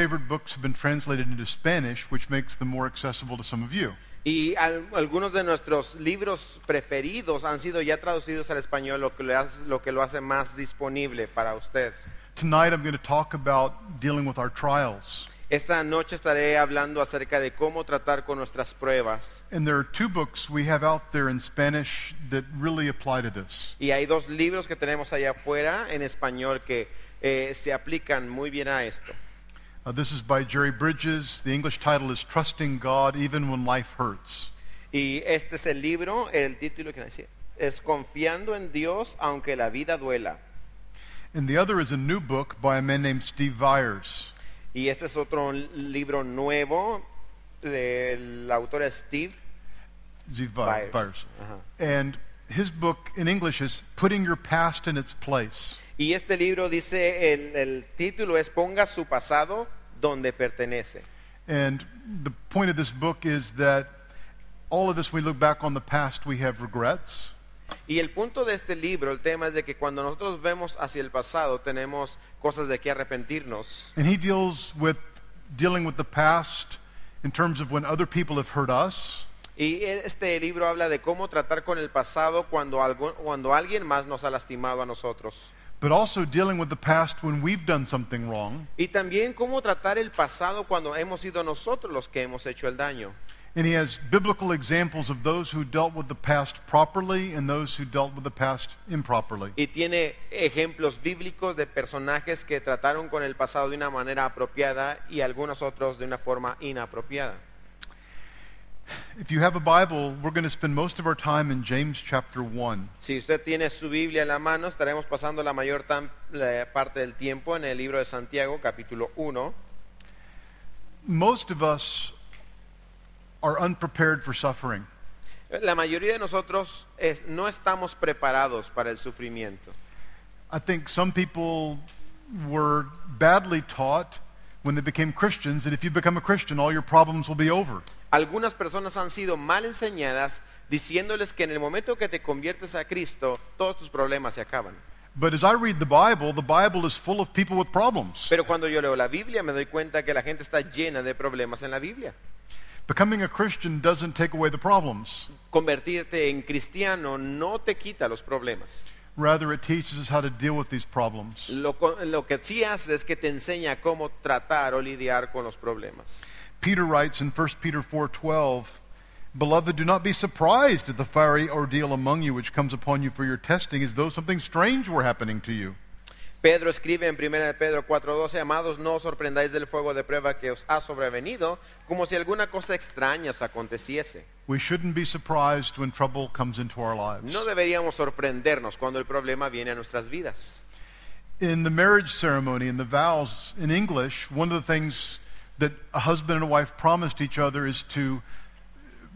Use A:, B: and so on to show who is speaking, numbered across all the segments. A: favorite books have been translated into Spanish, which makes them more accessible to some of you.
B: Y al- algunos de nuestros libros preferidos han sido ya traducidos al español, lo que lo hace, lo que lo hace más disponible para usted.
A: Tonight, I'm going to talk about dealing with our trials.
B: Esta noche estaré hablando acerca de cómo tratar con nuestras pruebas.
A: And there are two books we have out there in Spanish that really apply to this.
B: Y hay dos libros que tenemos allá afuera en español que eh, se aplican muy bien a esto.
A: Uh, this is by Jerry Bridges. The English title is Trusting God Even When Life Hurts.
B: Y este es el libro, el título que decía, es Confiando en Dios aunque la vida duela.
A: And the other is a new book by a man named Steve Viers.
B: Y este es otro libro nuevo del autor Steve
A: Steve Vi-
B: Byers.
A: Viers.
B: Ajá.
A: And his book in English is Putting Your Past in Its Place.
B: Y este libro dice, el, el título es Ponga su pasado donde pertenece.
A: And the point of this book is that all of us, we look back on the past, we have regrets.
B: Y el punto de este libro, el tema es de que cuando nosotros vemos hacia el pasado tenemos cosas de que arrepentirnos.
A: And he deals with dealing with the past in terms of when other people have hurt us,
B: Y este libro habla de cómo tratar con el pasado cuando, algo- cuando alguien más nos ha lastimado a nosotros.
A: but also dealing with the past when we've done something wrong.
B: Y también cómo tratar el pasado cuando hemos sido nosotros los que hemos hecho el daño.
A: And he has biblical examples of those who dealt with the past properly and those who dealt with the past improperly.
B: Y tiene ejemplos bíblicos de personajes que trataron con el pasado de una manera apropiada y algunos otros de una forma inapropiada.
A: If you have a Bible, we're going to spend most of our time in James chapter 1.
B: Si usted tiene su Biblia en la mano, estaremos pasando la mayor tam- la parte del tiempo en el libro de Santiago, capítulo 1.
A: Most of us are unprepared for suffering.
B: La mayoría de nosotros es- no estamos preparados para el sufrimiento.
A: I think some people were badly taught when they became Christians that if you become a Christian, all your problems will be over.
B: Algunas personas han sido mal enseñadas diciéndoles que en el momento que te conviertes a Cristo, todos tus problemas se acaban.
A: But as I read the Bible, the Bible is full of people with problems.
B: Pero cuando yo leo la Biblia me doy cuenta que la gente está llena de problemas en la Biblia.
A: Becoming a Christian doesn't take away the problems.
B: Convertirte en cristiano no te quita los problemas.
A: Rather, it teaches us how to deal with these problems.
B: Lo, co- lo que sí hace es que te enseña cómo tratar o lidiar con los problemas.
A: Peter writes in 1 Peter 4:12, "Beloved, do not be surprised at the fiery ordeal among you which comes upon you for your testing, as though something strange were happening to you."
B: Pedro escribe en 1 de Pedro 4:12, amados, no os sorprendáis del fuego de prueba que os ha sobrevenido, como si alguna cosa extraña os aconteciese.
A: We shouldn't be surprised when trouble comes into our lives.
B: No deberíamos sorprendernos cuando el problema viene a nuestras vidas.
A: in the marriage ceremony and the vows in English, one of the things that a husband and a wife promised each other is to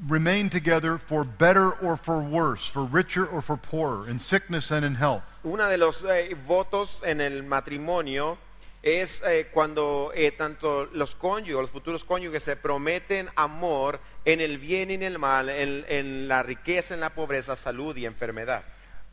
A: remain together for better or for worse, for richer or for poorer, in sickness and in health.
B: Uno de los eh, votos en el matrimonio es eh, cuando eh, tanto los cónyuges, los futuros cónyuges se prometen amor en el bien y en el mal, en, en la riqueza, en la pobreza, salud y enfermedad.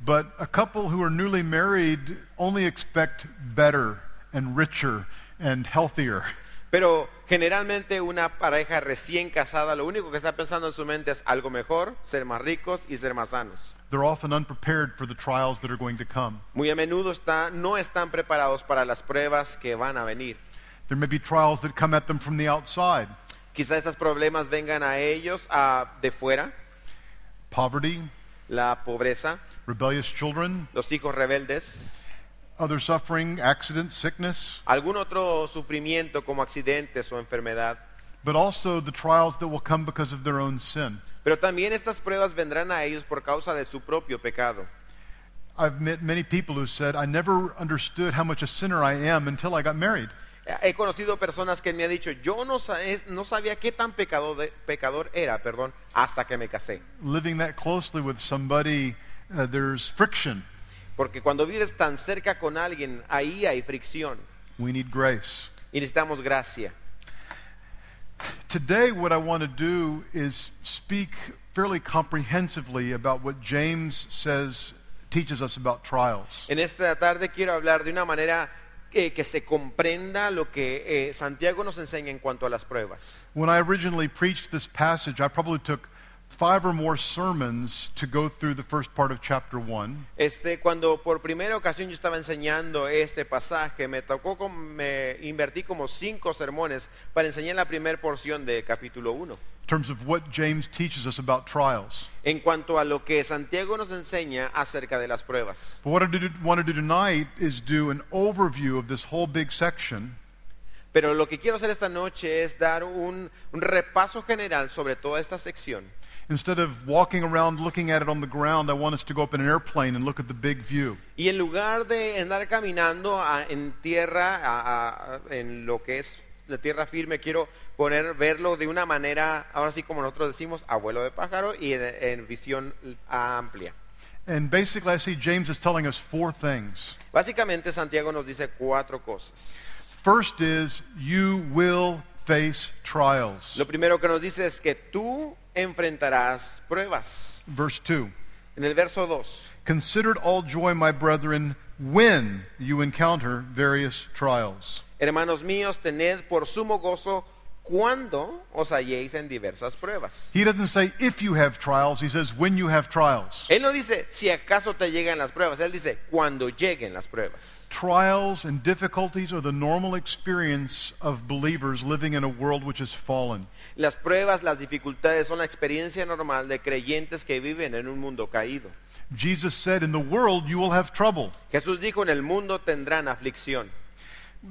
A: But a couple who are newly married only expect better and richer and healthier.
B: Pero generalmente una pareja recién casada lo único que está pensando en su mente es algo mejor, ser más ricos y ser más sanos.
A: They're often unprepared for the trials that are going to come.
B: Muy a menudo está- no están preparados para las pruebas que van a venir.
A: There may be trials that come at them from the outside
B: Quizá estos problemas vengan a ellos ah, de fuera,
A: poverty,
B: la pobreza,
A: rebellious children,
B: los hijos rebeldes,
A: other suffering, accidents, sickness.
B: algún otro sufrimiento como accidentes o enfermedad.
A: but also the trials that will come because of their own sin.
B: Pero también estas pruebas vendrán a ellos por causa de su propio pecado.
A: I've met many people who said, I never understood how much a sinner I am until I got married.
B: Eh, He conocido personas que me han dicho, yo no, sa- es- no sabía qué tan pecador, de- pecador era, perdón, hasta que me casé.
A: Living that closely with somebody, uh, there's friction.
B: Porque cuando vives tan cerca con alguien, ahí hay fricción
A: We need grace.
B: y necesitamos gracia.
A: Today, what I want to do is speak fairly comprehensively about what James says teaches us about trials.
B: En esta tarde quiero hablar de una manera eh, que se comprenda lo que eh, Santiago nos enseña en cuanto a las pruebas.
A: When I originally preached this passage, I probably took five or more sermons to go through the first part of chapter 1.
B: Este, cuando por primera ocasión yo estaba enseñando este pasaje, me tocó, con- me invertí como cinco sermones para enseñar la primera porción de capítulo 1.
A: in terms of what James teaches us about trials.
B: En cuanto a lo que Santiago nos enseña acerca de las pruebas.
A: But what I do, want to do tonight is do an overview of this whole big section
B: Pero lo que quiero hacer esta noche es dar un, un repaso general sobre toda esta sección.
A: Instead of walking around looking at it on the ground, I want us to go up in an airplane and look at the big view.
B: Y en lugar de andar caminando a- en tierra, a- a- en lo que es la tierra firme, quiero poner verlo de una manera, ahora sí como nosotros decimos, abuelo de pájaro y en, en visión amplia.
A: And basically, I see James is telling us four things.
B: Básicamente Santiago nos dice cuatro cosas.
A: First is, you will face trials.
B: Lo primero que nos dice es que tú enfrentarás pruebas.
A: Verse 2
B: En el verso 2,
A: Consider it all joy, my brethren, when you encounter various trials.
B: hermanos míos, tened por sumo gozo cuando os halléis en diversas pruebas.
A: He doesn't say if you have trials, he says when you have trials.
B: Él no dice si acaso te llegan las pruebas, él dice cuando lleguen las pruebas.
A: Trials and difficulties are the normal experience of believers living in a world which is fallen.
B: Las pruebas, las dificultades son la experiencia normal de creyentes que viven en un mundo caído.
A: Jesus said, In the world you will have trouble.
B: Jesús dijo, en el mundo tendrán aflicción.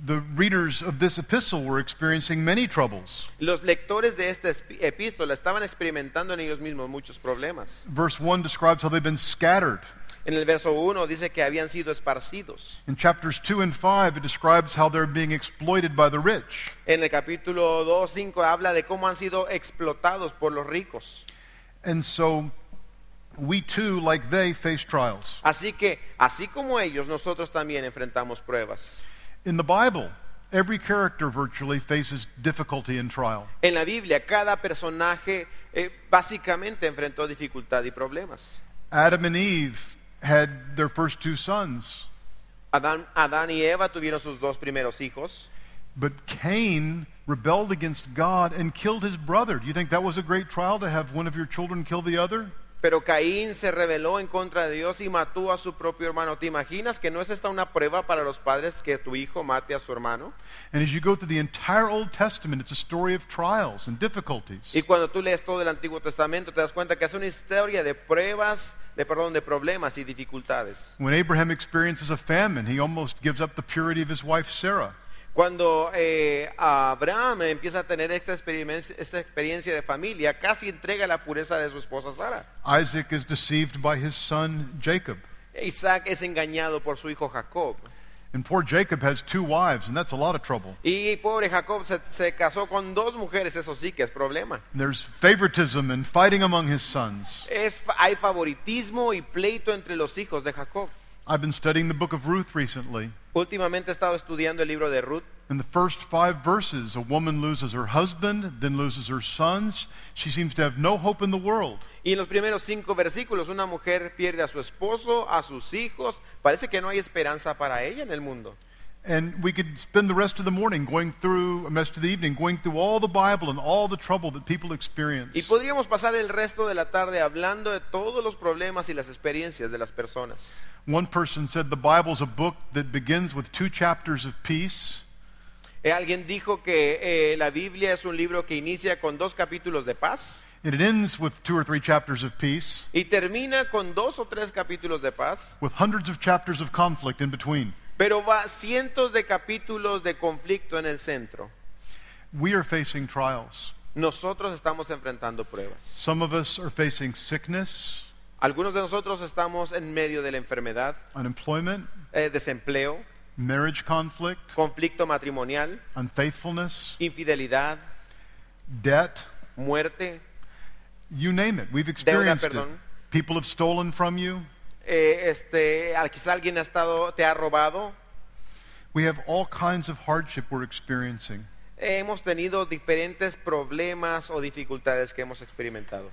A: The readers of this epistle were experiencing many troubles.
B: Los lectores de esta espi- epístola estaban experimentando en ellos mismos muchos problemas.
A: Verse 1 describes how they've been scattered.
B: En el verso 1 dice que habían sido esparcidos.
A: In chapters 2 and 5, it describes how they're being exploited by the rich.
B: En el capítulo 2, 5 habla de cómo han sido explotados por los ricos.
A: And so we too, like they, face trials.
B: Así que, así como ellos, nosotros también enfrentamos pruebas.
A: In the Bible, every character virtually faces difficulty and trial.
B: En la Biblia, cada personaje eh, básicamente enfrentó dificultad y problemas.
A: Adam and Eve had their first two sons.
B: Adán, Adán y Eva tuvieron sus dos primeros hijos,
A: But Cain rebelled against God and killed his brother. Do you think that was a great trial to have one of your children kill the other?
B: pero Caín se rebeló en contra de Dios y mató a su propio hermano. ¿Te imaginas que no es esta una prueba para los padres que tu hijo mate a su hermano?
A: And as you go through the entire Old Testament, it's a story of trials and difficulties.
B: Y cuando tú lees todo el Antiguo Testamento te das cuenta que es una historia de pruebas, de perdón, de problemas y dificultades.
A: When Abraham experiences a famine, he almost gives up the purity of his wife Sarah.
B: Cuando eh, Abraham empieza a tener esta experiencia, esta experiencia de familia, casi entrega la pureza de su esposa Sara.
A: Isaac is deceived by his son Jacob.
B: Isaac es engañado por su hijo Jacob.
A: And poor Jacob has two wives, and that's a lot of trouble.
B: Y pobre Jacob se, se casó con dos mujeres, eso sí que es problema.
A: And there's favoritism and fighting among his sons.
B: Es, hay favoritismo y pleito entre los hijos de Jacob.
A: I've been studying the book of Ruth recently.
B: Últimamente he estado estudiando el libro de Ruth.
A: In the first five verses, a woman loses her husband, then loses her sons. She seems to have no hope in the world.
B: Y en los primeros cinco versículos una mujer pierde a su esposo, a sus hijos. Parece que no hay esperanza para ella en el mundo.
A: And we could spend the rest of the morning going through, the rest of the evening, going through all the Bible and all the trouble that people
B: Y
A: experience.
B: podríamos pasar el resto de la tarde hablando de todos los problemas y las experiencias de las personas.
A: One person said the Bible's a book that begins with two chapters of peace
B: Eh, alguien dijo que eh, la Biblia es un libro que inicia con dos capítulos de paz
A: and it ends with two or three chapters of peace,
B: y termina con dos o tres capítulos de paz,
A: with hundreds of chapters of conflict in between.
B: pero va cientos de capítulos de conflicto en el centro.
A: We are facing trials.
B: Nosotros estamos enfrentando pruebas.
A: Some of us are facing sickness,
B: Algunos de nosotros estamos en medio de la enfermedad,
A: unemployment,
B: eh, desempleo,
A: marriage conflict,
B: conflicto matrimonial,
A: unfaithfulness,
B: infidelidad,
A: debt,
B: muerte,
A: you name it. We've experienced it.
B: perdón.
A: People have stolen from you.
B: eh, este, al- quizá alguien ha estado, te ha robado.
A: We have all kinds of hardship we're experiencing.
B: Eh, Hemos tenido diferentes problemas o dificultades que hemos experimentado.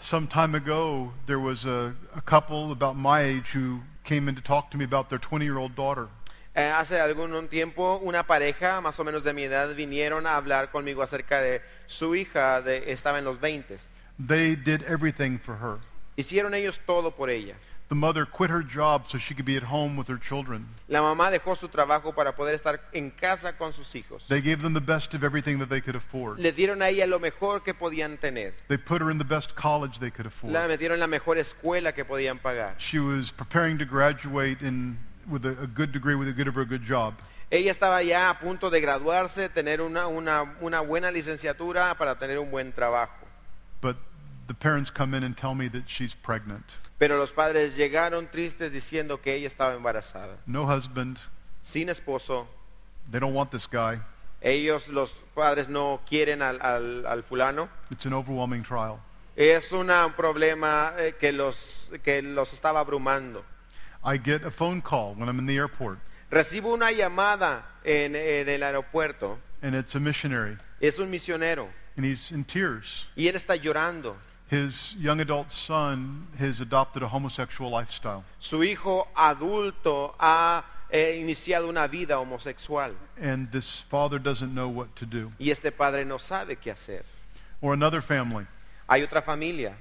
A: Some time ago, there was a, a couple about my age who came in to talk to me about their 20 year old daughter.
B: Eh, hace algún tiempo una pareja, más o menos de mi edad, vinieron a hablar conmigo acerca de su hija, de, estaba en los 20.
A: They did everything for her.
B: Hicieron ellos todo por ella.
A: The mother quit her job so she could be at home with her children.
B: La mamá dejó su trabajo para poder estar en casa con sus hijos.
A: They gave them the best of everything that they could afford.
B: Le dieron a ella lo mejor que podían tener.
A: They put her in the best college they could
B: La
A: afford.
B: metieron en la mejor escuela que podían pagar.
A: She was preparing to graduate in, with a, a good degree, with a good of a good job.
B: Ella estaba ya a punto de graduarse, tener una, una, una buena licenciatura para tener un buen trabajo.
A: But the parents come in and tell me that she's pregnant.
B: Pero los padres llegaron tristes diciendo que ella estaba embarazada,
A: No husband.
B: sin esposo.
A: They don't want this guy.
B: Ellos, los padres, no quieren al, al- al fulano.
A: It's an overwhelming trial.
B: Es una- un problema eh, que los, que los estaba abrumando.
A: I get a phone call when I'm in the airport,
B: Recibo una llamada en, en el aeropuerto.
A: and it's a missionary,
B: Es un misionero
A: and he's in tears.
B: y él está llorando.
A: His young adult son has adopted a homosexual lifestyle,
B: Su hijo adulto ha eh, iniciado una vida homosexual
A: and this father doesn't know what to do.
B: y este padre no sabe qué hacer.
A: Or another family,
B: Hay otra familia.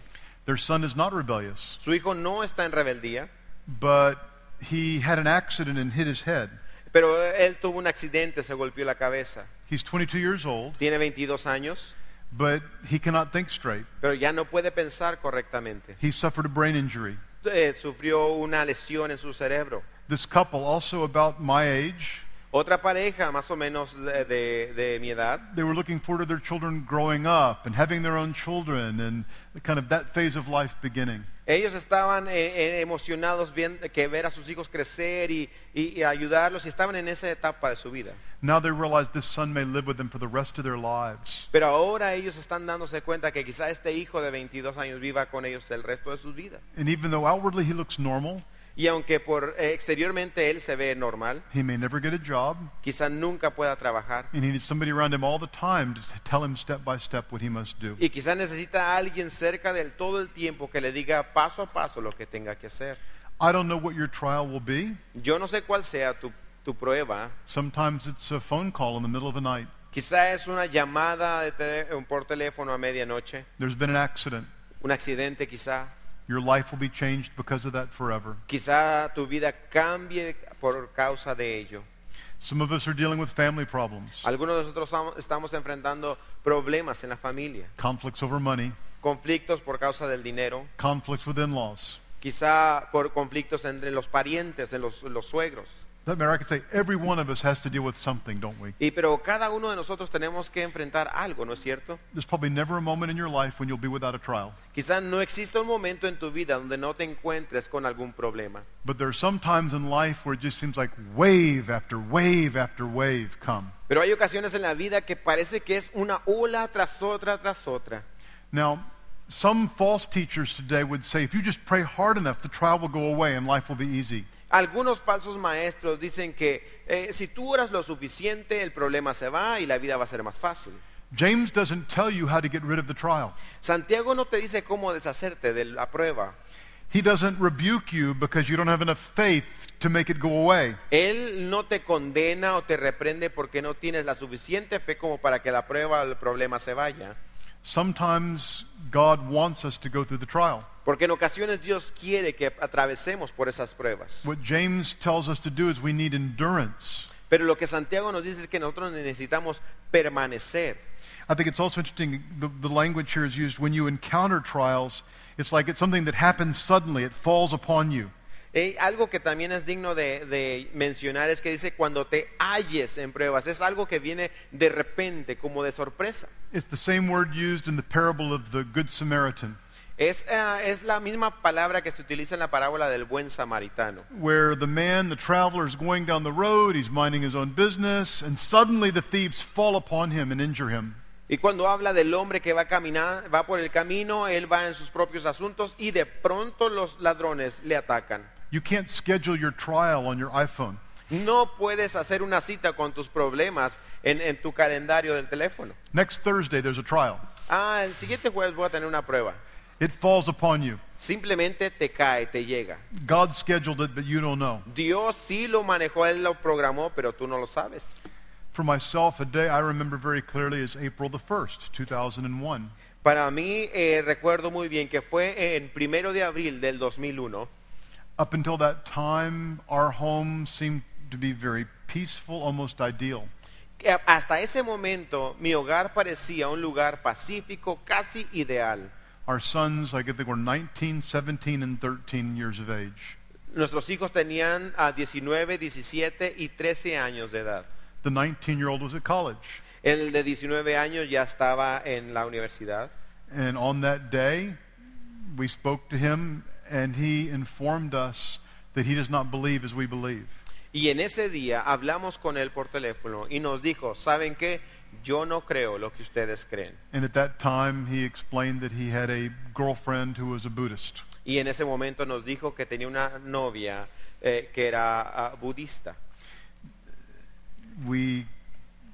A: their son is not rebellious,
B: Su hijo no está en rebeldía,
A: but he had an accident and hit his head.
B: pero él tuvo un accidente, se golpeó la cabeza.
A: He's 22 years old,
B: Tiene 22 años,
A: but he cannot think straight.
B: pero ya no puede pensar correctamente.
A: He suffered a brain injury.
B: Eh, sufrió una lesión en su cerebro.
A: This couple, also about my age,
B: Otra pareja, más o menos de, de- de mi edad,
A: they were looking forward to their children growing up and having their own children and kind of that phase of life beginning.
B: ellos estaban eh, eh, emocionados bien, que ver a sus hijos crecer y, y- y ayudarlos y estaban en esa etapa de su vida.
A: Now they realize this son may live with them for the rest of their lives.
B: Pero ahora ellos están dándose cuenta que quizá este hijo de 22 años viva con ellos el resto de sus vidas.
A: And even though outwardly he looks normal,
B: Y aunque por eh, exteriormente él se ve normal,
A: he may never get a job,
B: quizá nunca pueda trabajar
A: and he needs somebody around him all the time to t- tell him step by step what he must do.
B: y quizá necesita a alguien cerca de él todo el tiempo que le diga paso a paso lo que tenga que hacer.
A: I don't know what your trial will be.
B: Yo no sé cuál sea tu, tu prueba,
A: Sometimes it's a phone call in the middle of the night.
B: quizá es una llamada de tele- eh, por teléfono a medianoche,
A: There's been an accident.
B: un accidente quizá,
A: Your life will be changed because of that forever.
B: quizá tu vida cambie por causa de ello.
A: Some of us are dealing with family problems,
B: Algunos de nosotros estamos- estamos enfrentando problemas en la familia,
A: conflicts over money,
B: conflictos por causa del dinero,
A: conflicts with in laws.
B: quizá por conflictos entre los parientes, en los, los suegros.
A: That matter, I could say every one of us has to deal with something, don't we?
B: Y pero cada uno de nosotros tenemos que enfrentar algo, ¿no es cierto?
A: There's probably never a moment in your life when you'll be without a trial.
B: Quizá no exista un momento en tu vida donde no te encuentres con algún problema.
A: But there are some times in life where it just seems like wave after wave after wave come.
B: Pero hay ocasiones en la vida que parece que es una ola tras otra tras otra.
A: Now, some false teachers today would say if you just pray hard enough, the trial will go away and life will be easy.
B: Algunos falsos maestros dicen que eh, si tú oras lo suficiente, el problema se va y la vida va a ser más fácil.
A: James doesn't tell you how to get rid of the trial.
B: Santiago no te dice cómo deshacerte de la prueba.
A: He doesn't rebuke you because you don't have enough faith to make it go away.
B: Él no te condena o te reprende porque no tienes la suficiente fe como para que la prueba o el problema se vaya.
A: Sometimes God wants us to go through the trial.
B: Porque en ocasiones Dios quiere que atravesemos por esas pruebas.
A: What James tells us to do is we need endurance.
B: Pero lo que Santiago nos dice es que nosotros necesitamos permanecer.
A: I think it's also interesting the, the language here is used when you encounter trials, it's like it's something that happens suddenly, it falls upon you.
B: Eh, algo que también es digno de, de mencionar es que dice cuando te halles en pruebas, es algo que viene de repente, como de sorpresa.
A: It's the same word used in the parable of the Good Samaritan,
B: Es, eh, es la misma palabra que se utiliza en la parábola del buen samaritano.
A: where the man, the traveler, is going down the road, he's minding his own business, and suddenly the thieves fall upon him and injure him.
B: Y cuando habla del hombre que va a caminar, va por el camino, él va en sus propios asuntos y de pronto los ladrones le atacan.
A: You can't schedule your trial on your iPhone.
B: No puedes hacer una cita con tus problemas en, en tu calendario del teléfono.
A: Next Thursday, there's a trial.
B: Ah, el siguiente jueves voy a tener una prueba.
A: It falls upon you.
B: Simplemente te cae, te llega.
A: God scheduled it, but you don't know.
B: Dios sí lo manejó, Él lo programó, pero tú no lo sabes.
A: For myself, a day I remember very clearly is April the 1st, 2001.
B: Para mí, eh, recuerdo muy bien que fue en primero de abril del 2001.
A: Up until that time, our home seemed to be very peaceful, almost ideal.
B: que a- Hasta ese momento, mi hogar parecía un lugar pacífico, casi ideal.
A: Our sons, I think, were 19, 17, and 13 years of age.
B: Nuestros hijos tenían a 19, 17 y 13 años de edad.
A: The 19 year old was at college.
B: El de 19 años ya estaba en la universidad.
A: And on that day, we spoke to him, and he informed us that he does not believe as we believe.
B: Y en ese día hablamos con él por teléfono y nos dijo, ¿saben qué? Yo no creo lo que ustedes creen.
A: And at that time, he explained that he had a girlfriend who was a Buddhist.
B: Y en ese momento nos dijo que tenía una novia eh, que era ah, budista.
A: We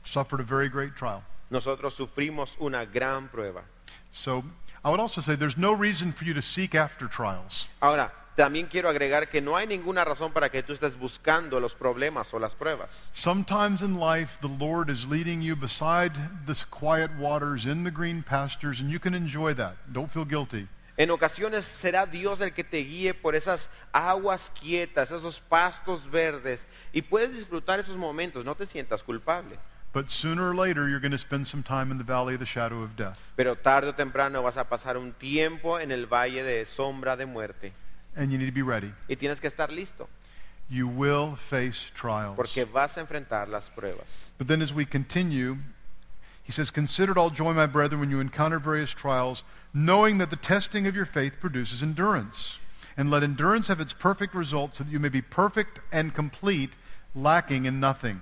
A: suffered a very great trial.
B: Nosotros sufrimos una gran prueba.
A: So I would also say there's no reason for you to seek after trials.
B: Ahora, también quiero agregar que no hay ninguna razón para que tú estés buscando los problemas o las pruebas.
A: Sometimes in life, the Lord is leading you beside the quiet waters in the green pastures, and you can enjoy that. Don't feel guilty.
B: En ocasiones será Dios el que te guíe por esas aguas quietas, esos pastos verdes, y puedes disfrutar esos momentos, no te sientas culpable.
A: But sooner or later, you're going to spend some time in the valley of the shadow of death.
B: Pero tarde o temprano vas a pasar un tiempo en el valle de sombra de muerte,
A: And you need to be ready.
B: y tienes que estar listo,
A: You will face trials.
B: porque vas a enfrentar las pruebas.
A: But then as we continue, he says, Consider it all joy, my brethren, when you encounter various trials, knowing that the testing of your faith produces endurance. And let endurance have its perfect result, so that you may be perfect and complete, lacking in nothing.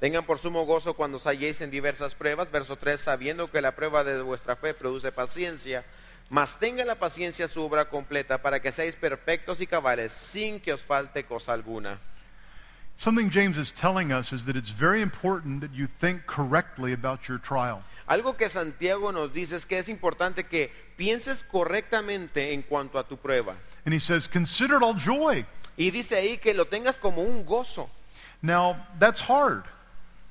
B: Tengan por sumo gozo cuando os halléis en diversas pruebas. Verso 3, sabiendo que la prueba de vuestra fe produce paciencia, mas tenga la paciencia su obra completa para que seáis perfectos y cabales sin que os falte cosa alguna.
A: Something James is telling us is that it's very important that you think correctly about your trial.
B: Algo que Santiago nos dice es que es importante que pienses correctamente en cuanto a tu prueba.
A: And he says, Consider it all joy.
B: Y dice ahí que lo tengas como un gozo.
A: Now, that's hard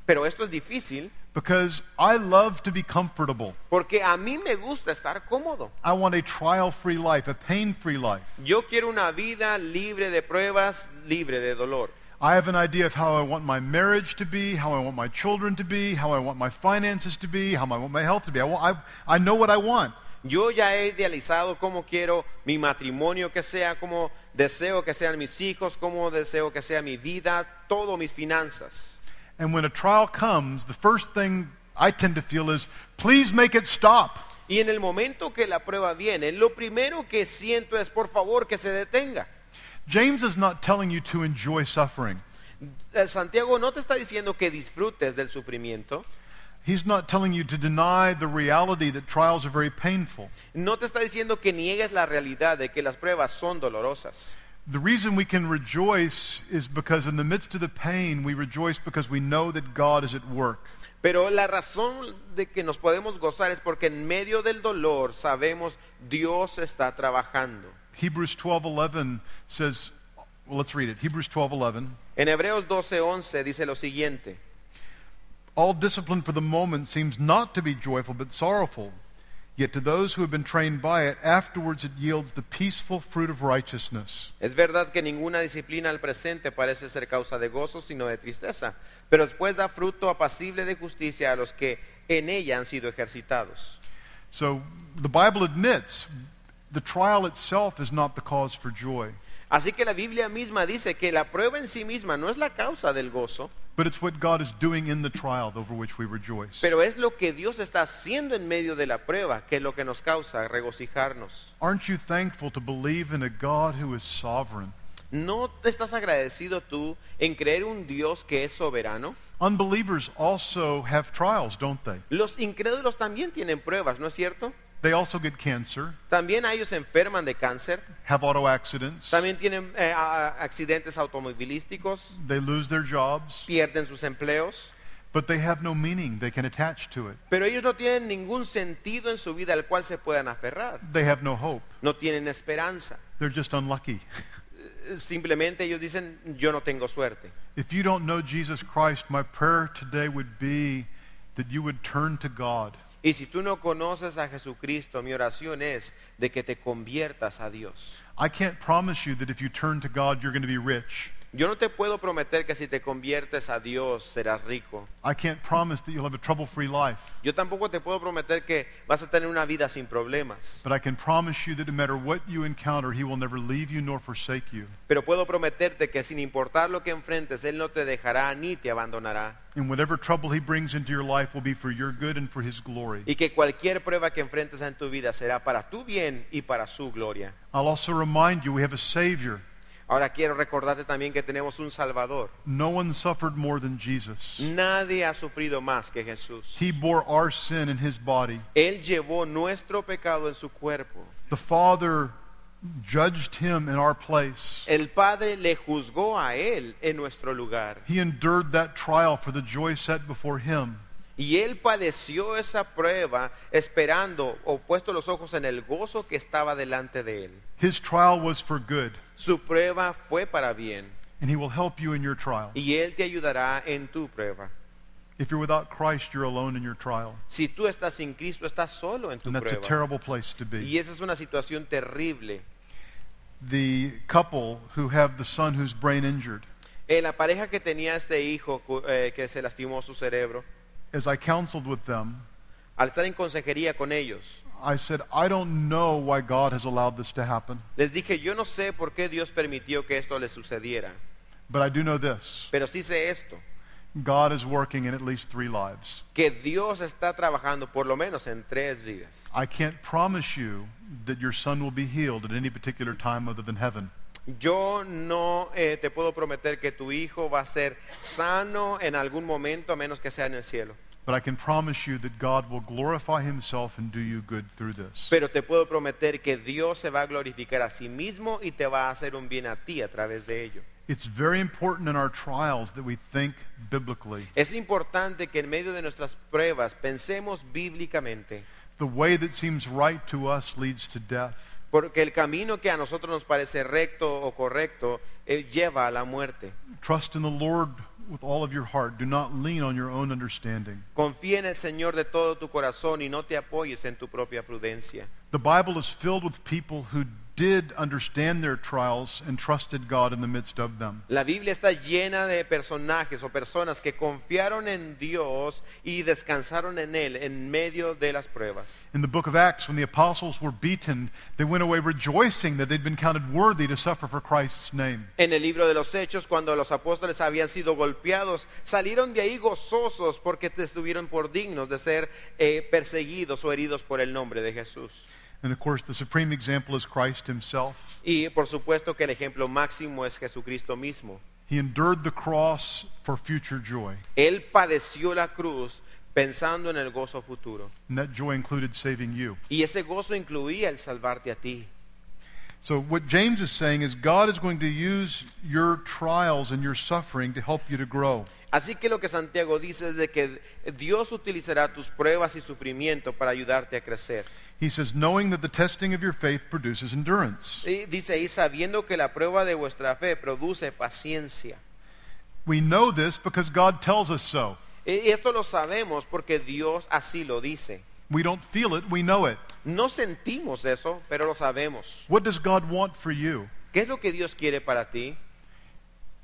B: Pero esto es difícil
A: because I love to be comfortable.
B: porque a mí me gusta estar cómodo.
A: I want a trial free life, a pain free life.
B: Yo quiero una vida libre de pruebas, libre de dolor.
A: I have an idea of how I want my marriage to be, how I want my children to be, how I want my finances to be, how I want my health to be. I, want, I, I know what I want.
B: Yo ya he idealizado cómo quiero mi matrimonio que sea, cómo deseo que sean mis hijos, cómo deseo que sea mi vida, todo mis finanzas.
A: And when a trial comes, the first thing I tend to feel is, please make it stop.
B: Y en el momento que la prueba viene, lo primero que siento es por favor que se detenga.
A: James is not telling you to enjoy suffering.
B: Eh, Santiago no te está diciendo que disfrutes del sufrimiento,
A: He's not telling you to deny the reality that trials are very painful.
B: no te está diciendo que niegues la realidad de que las pruebas son dolorosas.
A: The reason we can rejoice is because in the midst of the pain, we rejoice because we know that God is at work.
B: Pero la razón de que nos podemos gozar es porque en medio del dolor sabemos Dios está trabajando.
A: Hebrews 12:11 says, well, let's read it. Hebrews 12:11.
B: En Hebreos 12:11 dice lo siguiente,
A: All discipline for the moment seems not to be joyful but sorrowful. Yet to those who have been trained by it, afterwards it yields the peaceful fruit of righteousness.
B: es verdad que ninguna disciplina al presente parece ser causa de gozo, sino de tristeza, pero después da fruto apacible de justicia a los que en ella han sido ejercitados.
A: So the Bible admits the trial itself is not the cause for joy,
B: Así que la Biblia misma dice que la prueba en sí misma no es la causa del gozo,
A: but it's what God is doing in the trial over which we rejoice.
B: pero es lo que Dios está haciendo en medio de la prueba, que es lo que nos causa regocijarnos.
A: Aren't you thankful to believe in a God who is sovereign?
B: ¿No te estás agradecido tú en creer un Dios que es soberano?
A: Unbelievers also have trials, don't they?
B: Los incrédulos también tienen pruebas, ¿no es cierto?
A: They also get cancer,
B: También a ellos se enferman de cáncer,
A: have auto accidents,
B: también tienen eh, a- a- accidentes automovilísticos,
A: they lose their jobs,
B: pierden sus empleos,
A: but they have no meaning they can attach to it.
B: Pero ellos no tienen ningún sentido en su vida al cual se puedan aferrar.
A: They have no hope.
B: No tienen esperanza.
A: They're just unlucky.
B: Simplemente ellos dicen, yo no tengo suerte.
A: If you don't know Jesus Christ, my prayer today would be that you would turn to God.
B: Y si tú no conoces a Jesucristo, mi oración es de que te conviertas a Dios.
A: I can't promise you that if you turn to God, you're going to be rich.
B: Yo no te puedo prometer que si te conviertes a Dios serás rico.
A: I can't promise that you'll have a trouble free life.
B: Yo tampoco te puedo prometer que vas a tener una vida sin problemas.
A: But I can promise you that no matter what you encounter, He will never leave you nor forsake you.
B: Pero puedo prometerte que sin importar lo que enfrentes, Él no te dejará ni te abandonará.
A: And whatever trouble He brings into your life will be for your good and for His glory.
B: Y que cualquier prueba que enfrentes en tu vida será para tu bien y para su gloria.
A: I'll also remind you we have a Savior.
B: Ahora quiero recordarte también que tenemos un Salvador.
A: No one suffered more than Jesus.
B: Nadie ha sufrido más que Jesús.
A: He bore our sin in His body.
B: Él llevó nuestro pecado en su cuerpo.
A: The Father judged Him in our place.
B: El Padre le juzgó a Él en nuestro lugar.
A: He endured that trial for the joy set before Him.
B: Y Él padeció esa prueba esperando o puesto los ojos en el gozo que estaba delante de Él.
A: His trial was for good,
B: Su prueba fue para bien.
A: and He will help you in your trial.
B: Y Él te ayudará en tu prueba.
A: If you're without Christ, you're alone in your trial.
B: Si tú estás sin Cristo, estás solo en tu
A: And that's a
B: prueba.
A: terrible place to be.
B: Y esa es una situación terrible.
A: the couple who have the son who's brain injured.
B: Eh, la pareja que tenía este hijo cu- eh, que se lastimó su cerebro,
A: As I counseled with them,
B: al estar en consejería con ellos,
A: I said, I don't know why God has allowed this to happen,
B: les dije, yo no sé por qué Dios permitió que esto le sucediera,
A: but I do know this
B: pero sí sé esto,
A: God is working in at least three lives.
B: que Dios está trabajando por lo menos en tres vidas.
A: I can't promise you that your son will be healed at any particular time other than heaven,
B: Yo no eh, te puedo prometer que tu hijo va a ser sano en algún momento, a menos que sea en el cielo.
A: but I can promise you that God will glorify himself and do you good through this.
B: Pero te puedo prometer que Dios se va a glorificar a sí mismo y te va a hacer un bien a ti a través de ello.
A: It's very important in our trials that we think biblically.
B: Es importante que en medio de nuestras pruebas pensemos bíblicamente,
A: The way that seems right to us leads to death.
B: porque el camino que a nosotros nos parece recto o correcto eh, lleva a la muerte.
A: Trust in the Lord with all of your heart. Do not lean on your own understanding.
B: Confía en el Señor de todo tu corazón y no te apoyes en tu propia prudencia.
A: The Bible is filled with people who did understand their trials and trusted God in the midst of them.
B: La Biblia está llena de personajes o personas que confiaron en Dios y descansaron en Él en medio de las pruebas.
A: In the book of Acts, when the apostles were beaten, they went away rejoicing that they'd been counted worthy to suffer for Christ's name.
B: En el libro de los Hechos, cuando los apóstoles habían sido golpeados, salieron de ahí gozosos porque te estuvieron por dignos de ser eh, perseguidos o heridos por el nombre de Jesús.
A: And of course, the supreme example is Christ himself.
B: Y por supuesto que el ejemplo máximo es Jesucristo mismo.
A: He endured the cross for future joy,
B: Él padeció la cruz pensando en el gozo futuro.
A: and that joy included saving you.
B: Y ese gozo incluía el salvarte a ti.
A: So, what James is saying is God is going to use your trials and your suffering to help you to grow.
B: Así que lo que Santiago dice es de que Dios utilizará tus pruebas y sufrimiento para ayudarte a crecer.
A: He says, knowing that the testing of your faith produces endurance.
B: Y dice ahí, sabiendo que la prueba de vuestra fe produce paciencia.
A: We know this because God tells us so.
B: Y esto lo sabemos porque Dios así lo dice.
A: We don't feel it, we know it.
B: No sentimos eso, pero lo sabemos.
A: What does God want for you?
B: ¿Qué es lo que Dios quiere para ti?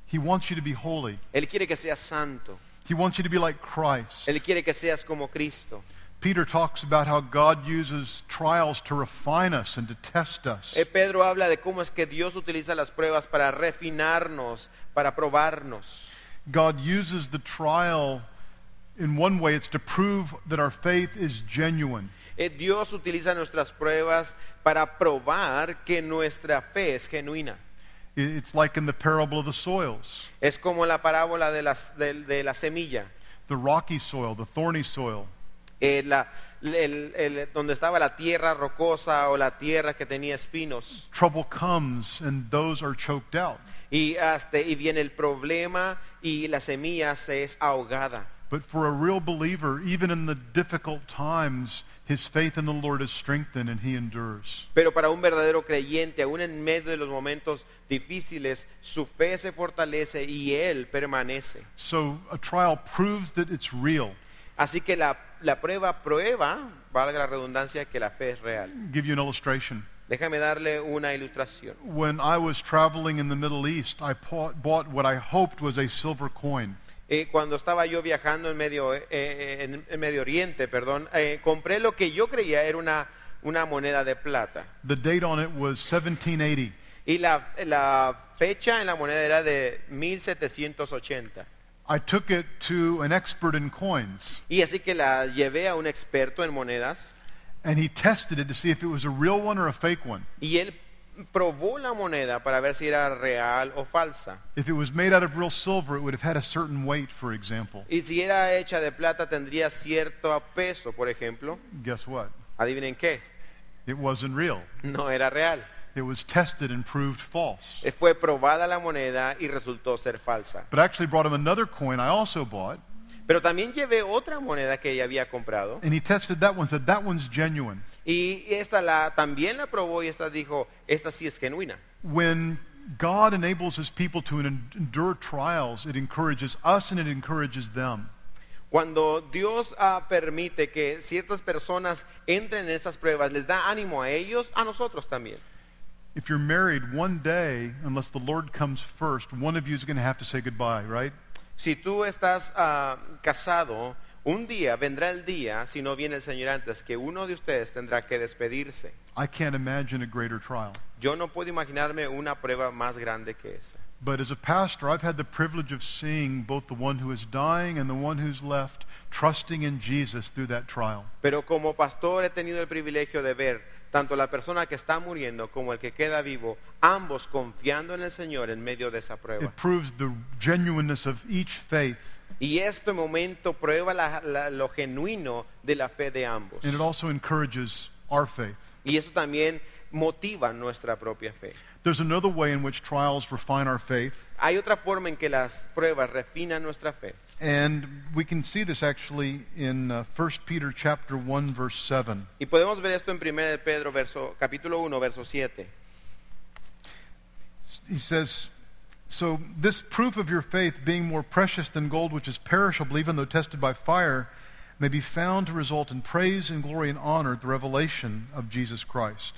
A: He wants you to be holy.
B: Él quiere que seas santo.
A: He wants you to be like Christ.
B: Él quiere que seas como Cristo.
A: Peter talks about how God uses trials to refine us and to test us.
B: Eh, Pedro habla de cómo es que Dios utiliza las pruebas para refinarnos, para probarnos.
A: God uses the trial in one way, it's to prove that our faith is genuine.
B: Eh, Dios utiliza nuestras pruebas para probar que nuestra fe es genuina.
A: I- It's like in the parable of the soils
B: Es como la parábola de, las- del- de la semilla,
A: the rocky soil, the thorny soil.
B: eh, la- el- el- donde estaba la tierra rocosa o la tierra que tenía espinos.
A: Trouble comes and those are choked out.
B: Y, hasta, y viene el problema y la semilla se es ahogada.
A: But for a real believer, even in the difficult times, his faith in the Lord is strengthened and he endures.
B: Pero para un verdadero creyente, aún en medio de los momentos difíciles, su fe se fortalece y él permanece.
A: So a trial proves that it's real.
B: Así que la, la prueba prueba, valga la redundancia, que la fe es real.
A: give you an illustration.
B: Déjame darle una ilustración.
A: When I was traveling in the Middle East, I bought, bought what I hoped was a silver coin.
B: Eh, cuando estaba yo viajando en Medio, eh, eh, en, en Medio Oriente, perdón, eh, compré lo que yo creía era una, una moneda de plata.
A: The date on it was 1780.
B: Y la, la fecha en la moneda era de 1780.
A: I took it to an expert in coins,
B: Y así que la llevé a un experto en monedas
A: and he tested it to see if it was a real one or a fake one.
B: y él probó la moneda para ver si era real o falsa.
A: If it was made out of real silver, it would have had a certain weight, for example.
B: Y si era hecha de plata tendría cierto peso, por ejemplo.
A: Guess what?
B: Adivinen qué,
A: It wasn't real.
B: no era real.
A: It was tested and proved false.
B: Eh, Fue probada la moneda y resultó ser falsa.
A: But I actually brought him another coin I also bought,
B: Pero también llevé otra moneda que ella había comprado
A: and he tested that one, said that one's genuine.
B: y esta la, también la probó y esta dijo, esta sí es genuina.
A: when God enables his people to en- endure trials, it encourages us and it encourages them.
B: Cuando Dios ah, permite que ciertas personas entren en esas pruebas, les da ánimo a ellos, a nosotros también.
A: If you're married one day, unless the Lord comes first, one of you is going to have to say goodbye, right?
B: Si tú estás ah, casado, un día vendrá el día, si no viene el Señor antes, que uno de ustedes tendrá que despedirse.
A: I can't imagine a greater trial.
B: Yo no puedo imaginarme una prueba más grande que esa.
A: But as a pastor, I've had the privilege of seeing both the one who is dying and the one who's left trusting in Jesus through that trial.
B: Pero como pastor he tenido el privilegio de ver tanto la persona que está muriendo como el que queda vivo, ambos confiando en el Señor en medio de esa prueba.
A: It proves the genuineness of each faith,
B: Y este momento prueba la- la- lo genuino de la fe de ambos.
A: and it also encourages our faith.
B: Y eso también motiva nuestra propia fe.
A: There's another way in which trials refine our faith.
B: Hay otra forma en que las pruebas refinan nuestra fe.
A: And we can see this actually in uh, 1 Peter chapter 1 verse 7.
B: Y podemos ver esto en 1 de Pedro, verso, capítulo 1, verso 7.
A: He says, "So this proof of your faith being more precious than gold which is perishable even though tested by fire may be found to result in praise and glory and honor at the revelation of Jesus Christ."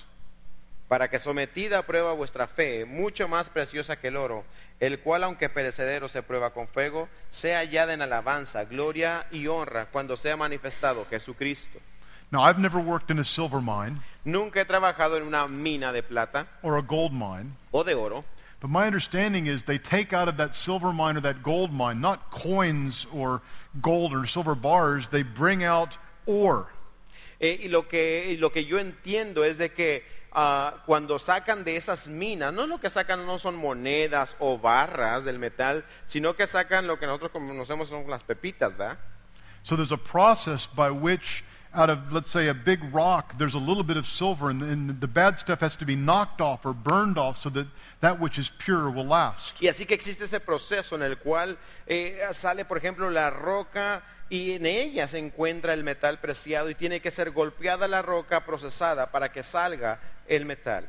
B: Para que sometida a prueba vuestra fe, mucho más preciosa que el oro, el cual aunque perecedero se prueba con fuego, sea hallada en alabanza, gloria y honra cuando sea manifestado Jesucristo.
A: Now, I've never worked in a silver mine
B: Nunca he trabajado en una mina de plata
A: or a gold mine,
B: o de oro,
A: but my understanding is they take out of that silver mine or that gold mine not coins or gold or silver bars, they bring out ore.
B: Eh, y, lo que, y lo que yo entiendo es de que ah, cuando sacan de esas minas, no lo que sacan no son monedas o barras del metal, sino que sacan lo que nosotros conocemos son las pepitas, ¿verdad?
A: So there's a process by which, out of, let's say, a big rock, there's a little bit of silver, and, and the bad stuff has to be knocked off or burned off so that that which is pure will last.
B: Y así que existe ese proceso en el cual eh, sale, por ejemplo, la roca y en ella se encuentra el metal preciado y tiene que ser golpeada la roca procesada para que salga el metal.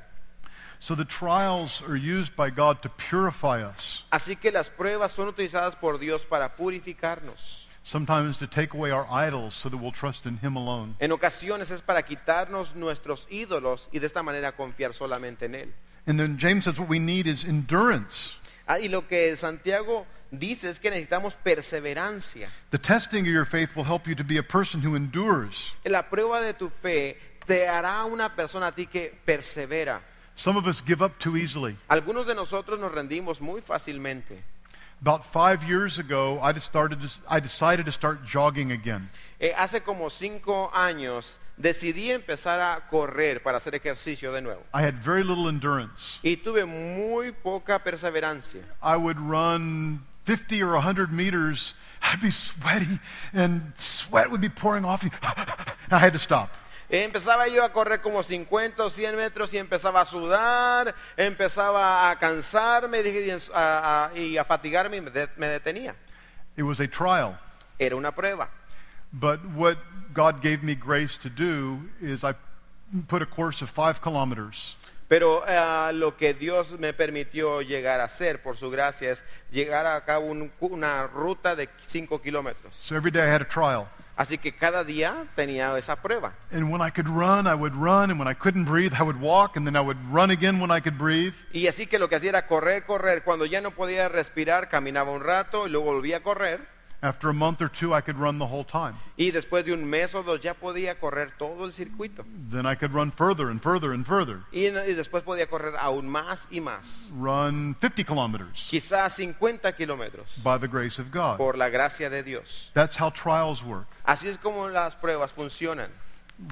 A: So the trials are used by God to purify us,
B: Así que las pruebas son utilizadas por Dios para purificarnos.
A: sometimes to take away our idols so that we'll trust in Him alone.
B: En ocasiones es para quitarnos nuestros ídolos y de esta manera confiar solamente en Él.
A: And then James says what we need is endurance.
B: Ah, y lo que Santiago dice es que necesitamos perseverancia.
A: The testing of your faith will help you to be a person who endures.
B: La prueba de tu fe te hará una persona a ti que persevera.
A: Some of us give up too easily.
B: Algunos de nosotros nos rendimos muy fácilmente.
A: About five years ago, I, just started to, I decided to start jogging again.
B: Eh, hace como cinco años decidí empezar a correr para hacer ejercicio de nuevo.
A: I had very little endurance.
B: Y tuve muy poca perseverancia.
A: I would run 50 or 100 meters. I'd be sweaty, and sweat would be pouring off you. And I had to stop.
B: Eh, Empezaba yo a correr como 50 o 100 metros y empezaba a sudar, empezaba a cansarme dije, y, a, a- y a fatigarme y me, de- me detenía.
A: It was a trial.
B: era una prueba.
A: But what God gave me grace to do is I put a course of five kilometers
B: Pero eh, lo que Dios me permitió llegar a hacer, por su gracia, es llegar a cabo un- una ruta de 5 kilómetros.
A: So every day I had a trial.
B: Así que cada día tenía esa prueba.
A: And when I could run, I would run. And when I couldn't breathe, I would walk. And then I would run again when I could breathe.
B: Y así que lo que hacía era correr, correr. Cuando ya no podía respirar, caminaba un rato y luego volvía a correr.
A: After a month or two, I could run the whole time.
B: Y después de un mes o dos ya podía correr todo el circuito.
A: Then I could run further and further and further.
B: Y, y después podía correr aún más y más.
A: Run 50 kilometers
B: Quizás 50 kilómetros
A: by the grace of God.
B: por la gracia de Dios.
A: That's how trials work.
B: Así es como las pruebas funcionan.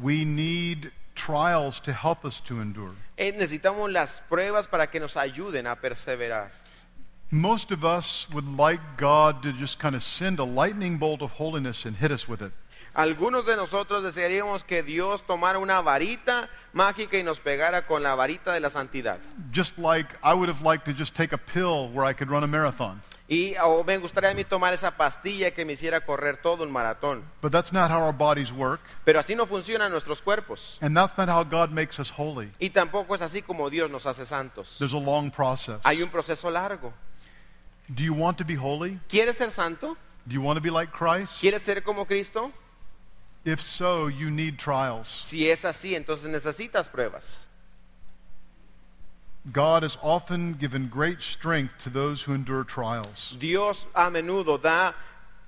A: We need trials to help us to endure.
B: Eh, necesitamos las pruebas para que nos ayuden a perseverar.
A: Most of us would like God to just kind of send a lightning bolt of holiness and hit us with it.
B: Algunos de nosotros desearíamos que Dios tomara una varita mágica y nos pegara con la varita de la santidad.
A: Just like I would have liked to just take a pill where I could run a marathon.
B: Y o me gustaría a mí tomar esa pastilla que me hiciera correr todo un maratón.
A: But that's not how our bodies work,
B: Pero así no funcionan nuestros cuerpos.
A: and that's not how God makes us holy.
B: Y tampoco es así como Dios nos hace santos.
A: There's a long process.
B: Hay un proceso largo.
A: Do you want to be holy?
B: ¿Quieres ser santo?
A: Do you want to be like Christ?
B: ¿Quieres ser como Cristo?
A: If so, you need trials.
B: Si es así, entonces necesitas pruebas.
A: God has often given great strength to those who endure trials.
B: Dios a menudo da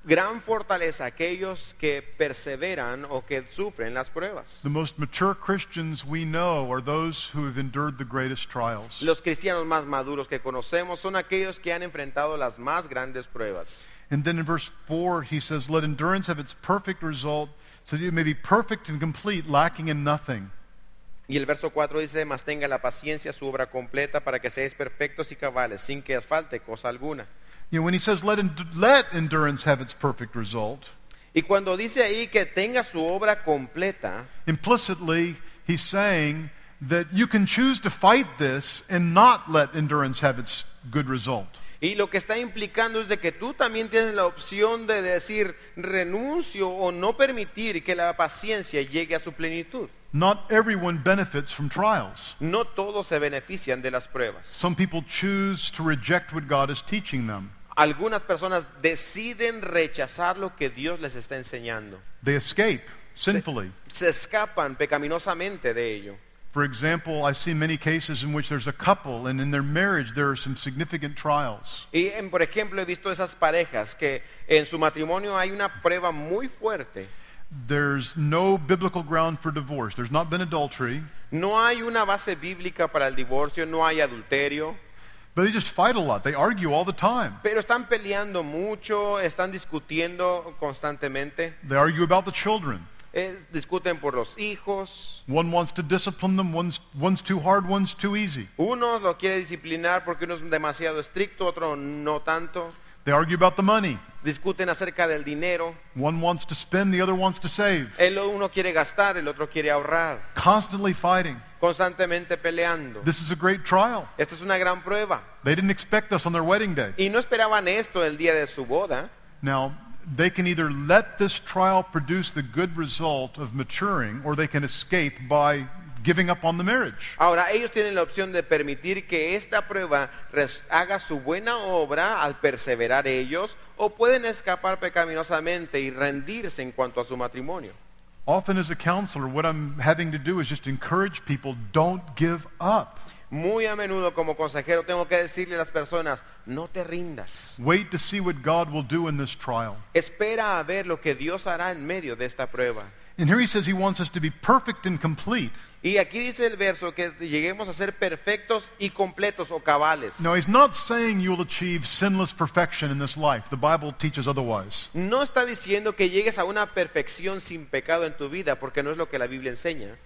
B: gran fortaleza a aquellos que perseveran o que sufren las pruebas.
A: The most mature Christians we know are those who have endured the greatest trials.
B: Los cristianos más maduros que conocemos son aquellos que han enfrentado las más grandes pruebas.
A: And then in verse 4, he says, Let endurance have its perfect result, so that you may be perfect and complete, lacking in nothing.
B: Y el verso 4 dice, mas tenga la paciencia su obra completa para que seáis perfectos y cabales, sin que os falte cosa alguna.
A: You know, when he says, Let, en- let endurance have its perfect result,
B: Y cuando dice ahí que tenga su obra completa,
A: implicitly, he's saying that you can choose to fight this and not let endurance have its good result.
B: y lo que está implicando es de que tú también tienes la opción de decir renuncio o no permitir que la paciencia llegue a su plenitud.
A: Not everyone benefits from trials.
B: No todos se benefician de las pruebas.
A: Some people choose to reject what God is teaching them.
B: Algunas personas deciden rechazar lo que Dios les está enseñando.
A: They escape sinfully.
B: Se escapan pecaminosamente de ello.
A: For example, I see many cases in which there's a couple and in their marriage there are some significant trials.
B: Y en- por ejemplo he visto esas parejas que en su matrimonio hay una prueba muy fuerte.
A: There's no biblical ground for divorce. There's not been adultery,
B: No hay una base bíblica para el divorcio, no hay adulterio,
A: but they just fight a lot. They argue all the time.
B: pero están peleando mucho, están discutiendo constantemente,
A: They argue about the children.
B: eh, discuten por los hijos,
A: One wants to discipline them, one's, one's too hard, one's too easy.
B: uno lo quiere disciplinar porque uno es demasiado estricto, otro no tanto,
A: They argue about the money.
B: discuten acerca del dinero,
A: One wants to spend, the other wants to save.
B: el uno quiere gastar, el otro quiere ahorrar,
A: Constantly fighting.
B: constantemente peleando.
A: This is a great trial.
B: Esta es una gran prueba.
A: They didn't expect this on their wedding day.
B: Y no esperaban esto el día de su boda.
A: Now, they can either let this trial produce the good result of maturing, or they can escape by giving up on the marriage.
B: Ahora, ellos tienen la opción de permitir que esta prueba res- haga su buena obra al perseverar ellos, o pueden escapar pecaminosamente y rendirse en cuanto a su matrimonio.
A: Often, as a counselor, what I'm having to do is just encourage people don't give up.
B: Muy a menudo como consejero tengo que decirle a las personas, no te rindas.
A: Wait to see what God will do in this trial.
B: Espera a ver lo que Dios hará en medio de esta prueba.
A: And here he says he wants us to be perfect and complete.
B: Y aquí dice el verso que lleguemos a ser perfectos y completos o cabales.
A: Now, he's not saying you'll achieve sinless perfection in this life. The Bible teaches otherwise.
B: No está diciendo que llegues a una perfección sin pecado en tu vida, porque no es lo que la Biblia enseña.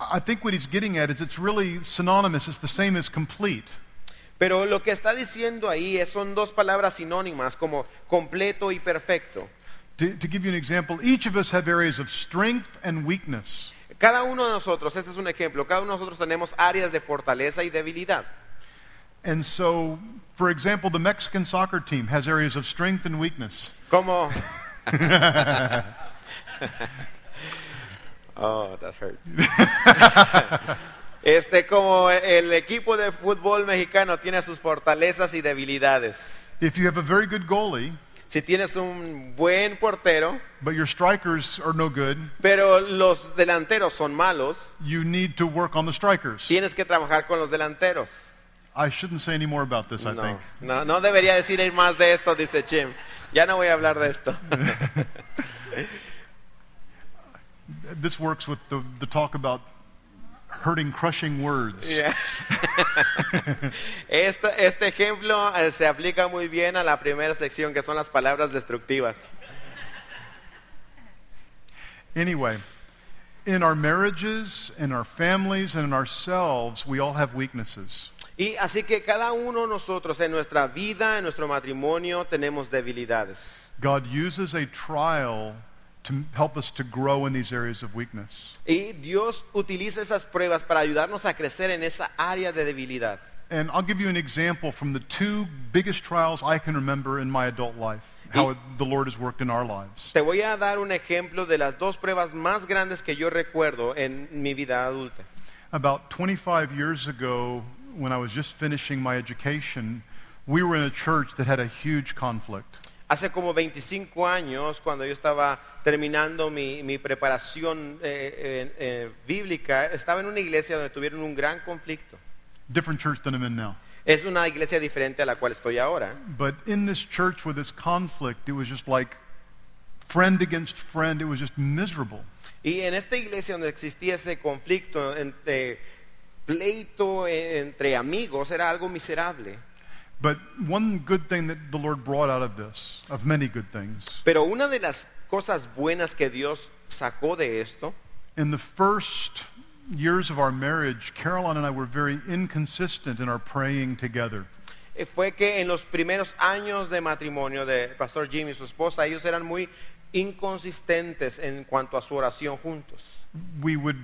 A: I think what he's getting at is it's really synonymous, it's the same as complete.
B: Pero lo que está diciendo ahí es- son dos palabras sinónimas, como completo y perfecto.
A: To, to give you an example, each of us have areas of strength and weakness.
B: Cada uno de nosotros, este es un ejemplo, cada uno de nosotros tenemos áreas de fortaleza y debilidad.
A: And so, for example, the Mexican soccer team has areas of strength and weakness.
B: Como Oh, that hurt. este, como el equipo de fútbol mexicano tiene sus fortalezas y debilidades.
A: If you have a very good goalie,
B: Si tienes un buen portero,
A: but your strikers are no good,
B: pero los delanteros son malos,
A: you need to work on the strikers.
B: tienes que trabajar con los delanteros.
A: I shouldn't say any more about this, I
B: No,
A: think.
B: no, no debería decir más de esto, dice Jim. Ya no voy a hablar de esto.
A: This works with the, the talk about hurting, crushing words.
B: Ya. Esta- este ejemplo eh, se aplica muy bien a la primera sección, que son las palabras destructivas.
A: Anyway, in our marriages, in our families, and in ourselves, we all have weaknesses.
B: Y así que cada uno de nosotros en nuestra vida, en nuestro matrimonio, tenemos debilidades.
A: God uses a trial to help us to grow in these areas of weakness.
B: Y Dios utiliza esas pruebas para ayudarnos a crecer en esa área de debilidad.
A: And I'll give you an example from the two biggest trials I can remember in my adult life, how
B: Y-
A: it, the Lord has worked in our lives.
B: Te voy a dar un ejemplo de las dos pruebas más grandes que yo recuerdo en mi vida adulta.
A: About 25 years ago, when I was just finishing my education, we were in a church that had a huge conflict.
B: Hace como 25 años, cuando yo estaba terminando mi, mi preparación eh, eh, eh, bíblica, estaba en una iglesia donde tuvieron un gran conflicto.
A: Different church than I'm in now.
B: Es una iglesia diferente a la cual estoy ahora.
A: But in this church with this conflict, it was just like friend against friend. It was just miserable.
B: Y en esta iglesia donde existía ese conflicto, entre pleito eh, entre amigos, era algo miserable.
A: But one good thing that the Lord brought out of this, of many good things,
B: Pero una de las cosas buenas que Dios sacó de esto
A: in the first years of our marriage, Caroline and I were very inconsistent in our praying together.
B: eh, fue que en los primeros años de matrimonio de Pastor Jim y su esposa, ellos eran muy inconsistentes en cuanto a su oración juntos.
A: We would,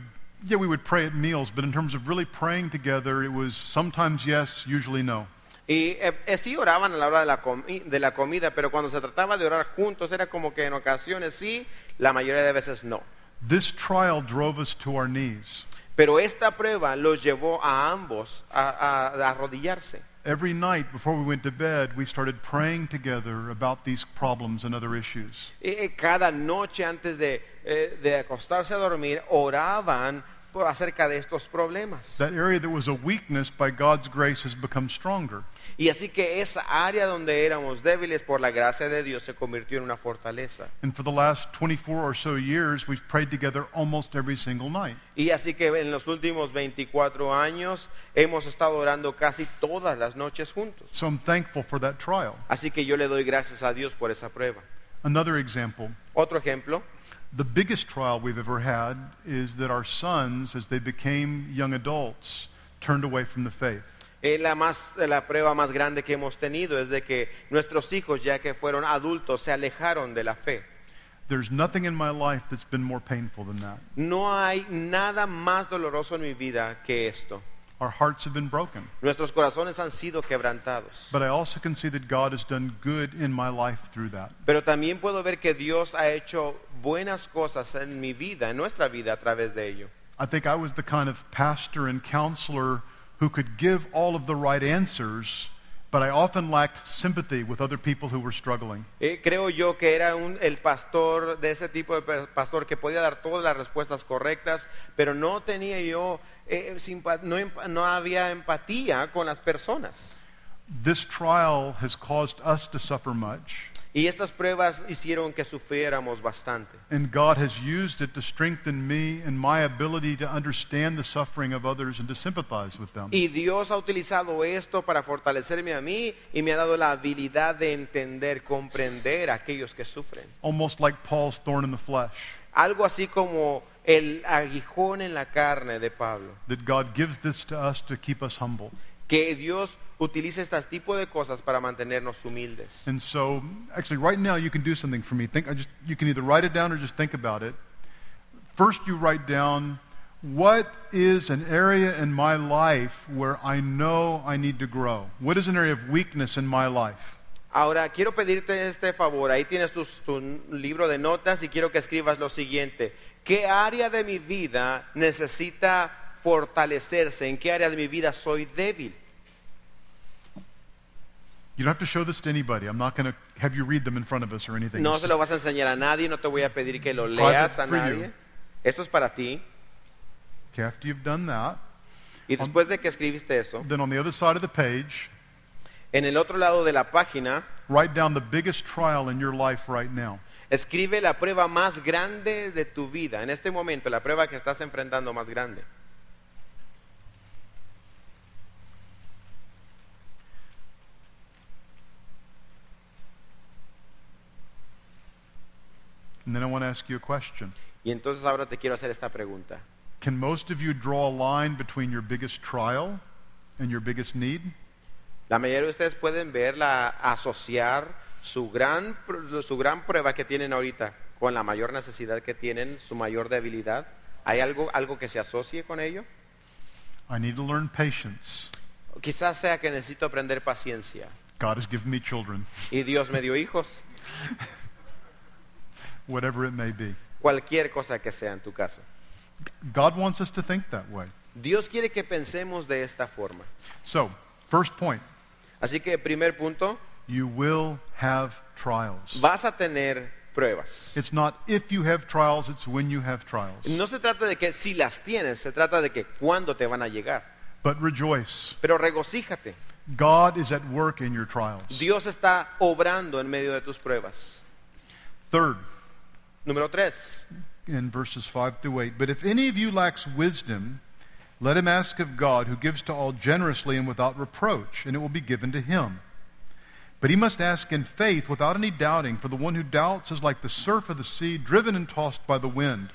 A: yeah, we would pray at meals, but in terms of really praying together, it was sometimes yes, usually no.
B: Y eh, eh, sí oraban a la hora de la, comi- de la comida, pero cuando se trataba de orar juntos era como que en ocasiones sí, la mayoría de veces no.
A: This trial drove us to our knees.
B: Pero esta prueba los llevó a ambos a, a- a arrodillarse.
A: Every night before we went to bed, we started praying together about these problems and other issues.
B: Eh, eh, Cada noche antes de, eh, de acostarse a dormir, oraban por acerca de estos problemas.
A: That area that was a weakness by God's grace has become stronger.
B: Y así que esa área donde éramos débiles por la gracia de Dios se convirtió en una fortaleza.
A: And for the last 24 or so years, we've prayed together almost every single night.
B: Y así que en los últimos 24 años hemos estado orando casi todas las noches juntos.
A: So I'm thankful for that trial.
B: Así que yo le doy gracias a Dios por esa prueba.
A: Another example
B: Otro ejemplo,
A: the biggest trial we've ever had is that our sons, as they became young adults, turned away from the faith.
B: eh, la, más, la prueba más grande que hemos tenido es de que nuestros hijos, ya que fueron adultos, se alejaron de la fe.
A: There's nothing in my life that's been more painful than that.
B: No hay nada más doloroso en mi vida que esto.
A: Our hearts have been broken.
B: Nuestros corazones han sido quebrantados.
A: But I also can see that God has done good in my life through that.
B: Pero también puedo ver que Dios ha hecho buenas cosas en mi vida, en nuestra vida, a través de ello.
A: I think I was the kind of pastor and counselor who could give all of the right answers, but I often lacked sympathy with other people who were struggling.
B: Eh, creo yo que era un- el pastor de ese tipo de per- pastor que podía dar todas las respuestas correctas, pero no tenía yo, eh, simpa- no, emp- no había empatía con las personas.
A: This trial has caused us to suffer much,
B: Y estas pruebas hicieron que sufriéramos bastante.
A: and God has used it to strengthen me and my ability to understand the suffering of others and to sympathize with them.
B: Y Dios ha utilizado esto para fortalecerme a mí y me ha dado la habilidad de entender, comprender a aquellos que sufren.
A: Almost like Paul's thorn in the flesh,
B: Algo así como el aguijón en la carne de Pablo.
A: that God gives this to us to keep us humble.
B: Que Dios utilice este tipo de cosas para mantenernos humildes.
A: And so, actually, right now you can do something for me. Think, I just, you can either write it down or just think about it. First, you write down what is an area in my life where I know I need to grow. What is an area of weakness in my life?
B: Ahora, quiero pedirte este favor. Ahí tienes tus- tu libro de notas y quiero que escribas lo siguiente. ¿Qué área de mi vida necesita fortalecerse? ¿En qué área de mi vida soy débil?
A: You don't have to show this to anybody. I'm not going to have you read them in front of us or anything.
B: No
A: It's
B: se
A: just-
B: lo vas a enseñar a nadie, no te voy a pedir que lo leas a
A: for you.
B: nadie. Esto es para ti.
A: okay, after you've done that,
B: Y después de que escribiste eso,
A: then on the other side of the page,
B: en el otro lado de la página,
A: write down the biggest trial in your life right now.
B: escribe la prueba más grande de tu vida, en este momento, la prueba que estás enfrentando más grande.
A: And then I want to ask you a question.
B: Y entonces ahora te quiero hacer esta pregunta.
A: Can most of you draw a line between your biggest trial and your biggest need?
B: La mayoría de ustedes pueden verla, asociar su gran, pr- su gran prueba que tienen ahorita con la mayor necesidad que tienen, su mayor debilidad. ¿Hay algo, algo que se asocie con ello?
A: I need to learn patience.
B: Quizás sea que necesito aprender paciencia.
A: God has given me children,
B: Y Dios me dio hijos.
A: whatever it may be.
B: Cualquier cosa que sea en tu caso.
A: God wants us to think that way.
B: Dios quiere que pensemos de esta forma.
A: So, first point,
B: Así que primer punto,
A: you will have trials.
B: vas a tener pruebas.
A: It's not if you have trials, it's when you have trials.
B: No se trata de que si las tienes, se trata de que cuándo te van a llegar.
A: But rejoice.
B: Pero regocíjate.
A: God is at work in your trials.
B: Dios está obrando en medio de tus pruebas.
A: Third,
B: Número tres.
A: in verses 5 through 8. But if any of you lacks wisdom, let him ask of God, who gives to all generously and without reproach, and it will be given to him. But he must ask in faith without any doubting, for the one who doubts is like the surf of the sea, driven and tossed by the wind.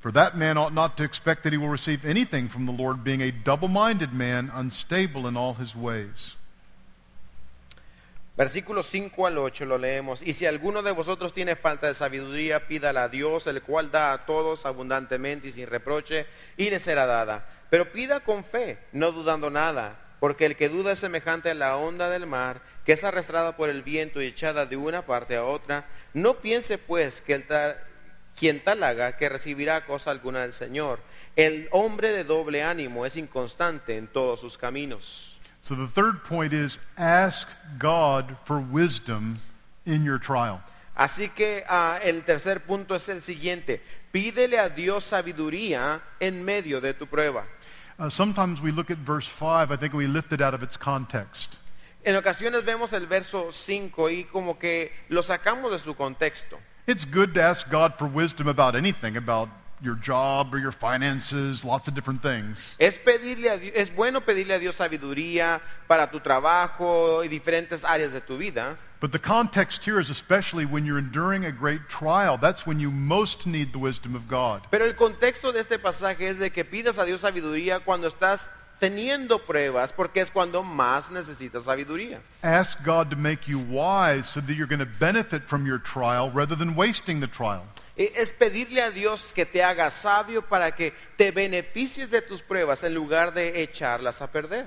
A: For that man ought not to expect that he will receive anything from the Lord, being a double minded man, unstable in all his ways.
B: Versículos 5 al 8 lo leemos. Y si alguno de vosotros tiene falta de sabiduría, pídala a Dios, el cual da a todos abundantemente y sin reproche, y le será dada. Pero pida con fe, no dudando nada, porque el que duda es semejante a la onda del mar, que es arrastrada por el viento y echada de una parte a otra. No piense pues que el tal, quien tal haga que recibirá cosa alguna del Señor. El hombre de doble ánimo es inconstante en todos sus caminos.
A: So the third point is ask God for wisdom in your trial.
B: Así que ah, el tercer punto es el siguiente. Pídele a Dios sabiduría en medio de tu prueba.
A: Uh, sometimes we look at verse 5, I think we lift it out of its context.
B: En ocasiones vemos el verso 5 y como que lo sacamos de su contexto.
A: It's good to ask God for wisdom about anything, about your job or your finances, lots of different things.
B: Es, pedirle a Di- es bueno pedirle a Dios sabiduría para tu trabajo y diferentes áreas de tu vida,
A: But the context here is especially when you're enduring a great trial, that's when you most need the wisdom of God.
B: pero el contexto de este pasaje es de que pidas a Dios sabiduría cuando estás teniendo pruebas, porque es cuando más necesitas sabiduría.
A: Ask God to make you wise so that you're going to benefit from your trial rather than wasting the trial.
B: E- Es pedirle a Dios que te haga sabio para que te beneficies de tus pruebas en lugar de echarlas a perder.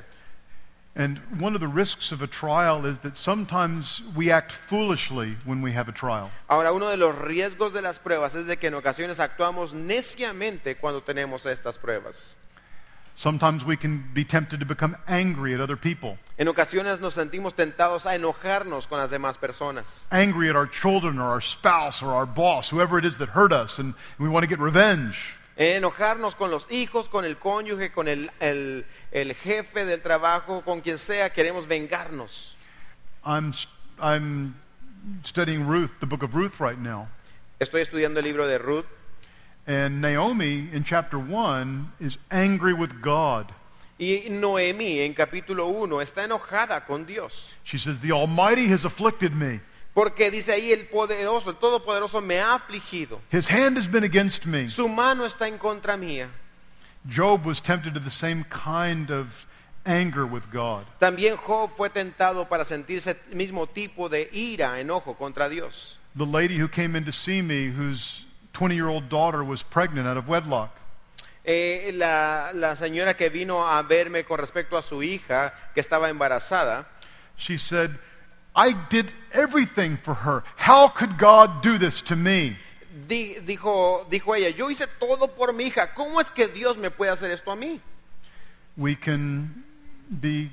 A: And one of the risks of a trial is that sometimes we act foolishly when we have a trial.
B: Ahora, uno de los riesgos de las pruebas es de que en ocasiones actuamos neciamente cuando tenemos estas pruebas.
A: Sometimes we can be tempted to become angry at other people,
B: En ocasiones nos sentimos tentados a enojarnos con las demás personas,
A: angry at our children or our spouse or our boss, whoever it is that hurt us, and we want to get revenge.
B: eh, enojarnos con los hijos, con el cónyuge, con el, el- el jefe del trabajo, con quien sea, queremos vengarnos.
A: I'm, st- I'm studying Ruth, the book of Ruth, right now.
B: Estoy estudiando el libro de Ruth
A: And Naomi in chapter 1 is angry with God.
B: y Noemí en capítulo 1 está enojada con Dios.
A: She says, The Almighty has afflicted me.
B: Porque dice ahí el poderoso, el todopoderoso me ha afligido.
A: His hand has been against me.
B: Su mano está en contra mía.
A: Job was tempted to the same kind of anger with God.
B: También Job fue tentado para sentir ese mismo tipo de ira, enojo contra Dios.
A: The lady who came in to see me, whose 20 year old daughter was pregnant out of wedlock,
B: Eh, la, la señora que vino a verme con respecto a su hija, que estaba embarazada,
A: She said, I did everything for her. How could God do this to me?
B: Di- dijo, dijo ella, yo hice todo por mi hija, ¿cómo es que Dios me puede hacer esto a mí?
A: We can be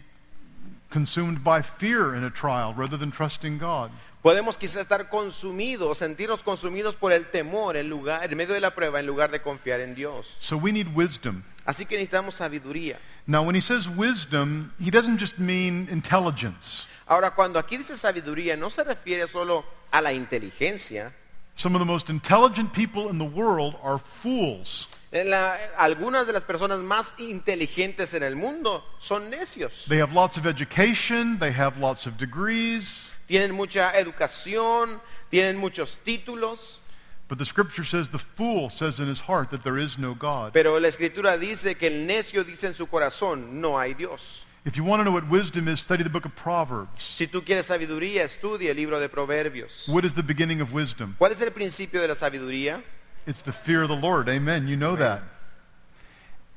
A: consumed by fear in a trial rather than trusting God.
B: Podemos quizás estar consumidos, sentirnos consumidos por el temor en, lugar, en medio de la prueba en lugar de confiar en Dios.
A: So we need wisdom.
B: Así que necesitamos sabiduría.
A: Now, when he says wisdom, he doesn't just mean intelligence.
B: Ahora, cuando aquí dice sabiduría, no se refiere solo a la inteligencia.
A: Some of the most intelligent people in the world are fools.
B: En la- algunas de las personas más inteligentes en el mundo son necios.
A: They have lots of education, they have lots of degrees,
B: Tienen mucha educación, tienen muchos títulos,
A: but the scripture says the fool says in his heart that there is no God.
B: pero la escritura dice que el necio dice en su corazón, no hay Dios.
A: If you want to know what wisdom is, study the book of Proverbs.
B: Si tú quieres sabiduría, estudia el libro de Proverbios.
A: What is the beginning of wisdom?
B: ¿Cuál es el principio de la sabiduría?
A: It's the fear of the Lord. Amen. You know that.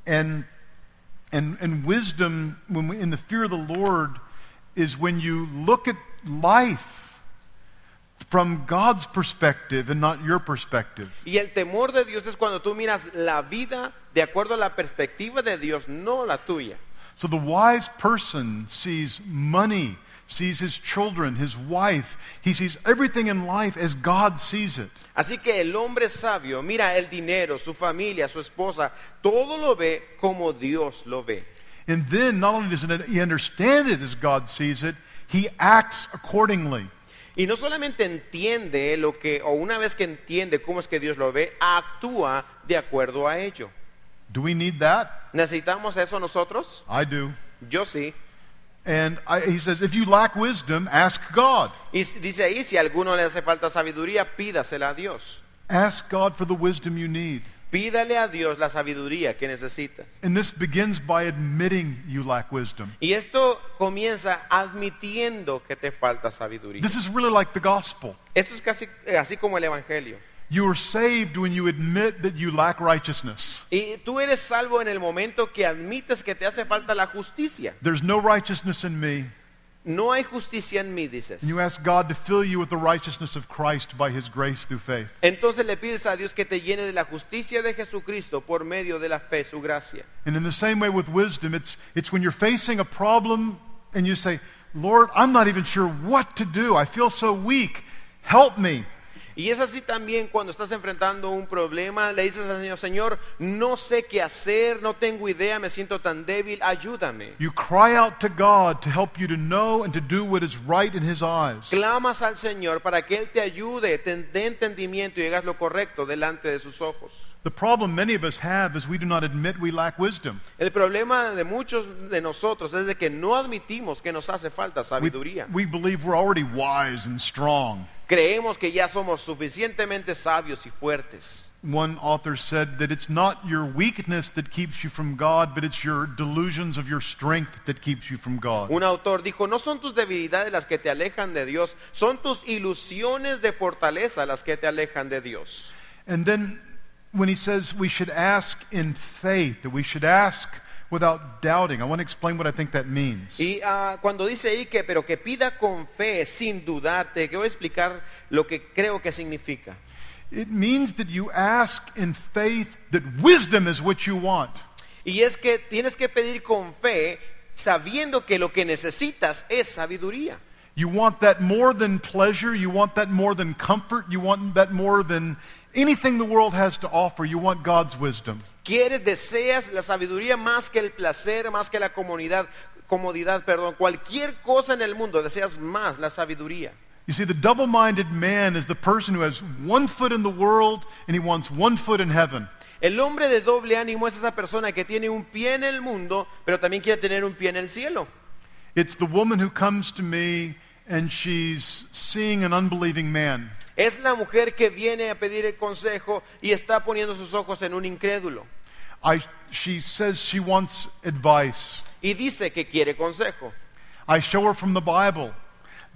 A: And and and wisdom when we, in the fear of the Lord is when you look at life from God's perspective and not your perspective.
B: Y el temor de Dios es cuando tú miras la vida de acuerdo a la perspectiva de Dios, no la tuya.
A: So the wise person sees money, sees his children, his wife, he sees everything in life as God sees it.
B: Así que el hombre sabio mira el dinero, su familia, su esposa, todo lo ve como Dios lo ve.
A: And then not only does he understand it as God sees it, he acts accordingly.
B: Y no solamente entiende lo que, o una vez que entiende cómo es que Dios lo ve, actúa de acuerdo a ello.
A: Do we need that?
B: ¿Necesitamos eso nosotros?
A: I do.
B: Yo sí.
A: And I, he says, if you lack wisdom, ask God.
B: Y s- dice ahí, si a alguno le hace falta sabiduría, pídasela a Dios.
A: Ask God for the wisdom you need.
B: Pídale a Dios la sabiduría que necesitas.
A: And this begins by admitting you lack wisdom.
B: Y esto comienza admitiendo que te falta sabiduría.
A: This is really like the gospel.
B: Esto es casi eh, así como el Evangelio.
A: You are saved when you admit that you lack righteousness.
B: Y tú eres salvo en el momento que admites que te hace falta la justicia.
A: There's no righteousness in me.
B: No hay justicia en mí, dices.
A: And you ask God to fill you with the righteousness of Christ by his grace through faith.
B: Entonces le pides a Dios que te llene de la justicia de Jesucristo por medio de la fe, su gracia.
A: And in the same way with wisdom, it's, it's when you're facing a problem and you say, Lord, I'm not even sure what to do. I feel so weak. Help me.
B: Y es así también cuando estás enfrentando un problema, le dices al Señor, Señor, no sé qué hacer, no tengo idea, me siento tan débil, ayúdame.
A: You cry out to God to help you to know and to do what is right in His eyes.
B: Clamas al Señor para que Él te ayude, te dé entendimiento y hagas lo correcto delante de sus ojos.
A: The problem many of us have is we do not admit we lack wisdom.
B: El problema de muchos de nosotros es de que no admitimos que nos hace falta
A: We,
B: sabiduría.
A: we believe we're already wise and strong.
B: Creemos que ya somos suficientemente sabios y fuertes.
A: One author said that it's not your weakness that keeps you from God, but it's your delusions of your strength that keeps you from God.
B: Un autor dijo, no son tus debilidades las que te alejan de Dios, son tus ilusiones de fortaleza las que te alejan de Dios.
A: And then when he says we should ask in faith, that we should ask without doubting, I want to explain what I think that means.
B: Y ah, cuando dice ahí que, pero que pida con fe, sin dudarte, que voy a explicar lo que creo que significa.
A: It means that you ask in faith that wisdom is what you want.
B: Y es que tienes que pedir con fe sabiendo que lo que necesitas es sabiduría.
A: You want that more than pleasure. You want that more than comfort. You want that more than anything the world has to offer. You want God's wisdom.
B: Quieres, deseas la sabiduría más que el placer, más que la comunidad, comodidad, perdón, cualquier cosa en el mundo, deseas más la sabiduría.
A: You see, the double minded man is the person who has one foot in the world and he wants one foot in heaven.
B: El hombre de doble ánimo es esa persona que tiene un pie en el mundo, pero también quiere tener un pie en el cielo.
A: It's the woman who comes to me and she's seeing an unbelieving man.
B: Es la mujer que viene a pedir el consejo y está poniendo sus ojos en un incrédulo
A: I, she says she wants advice.
B: y dice que quiere consejo.
A: I show her from the Bible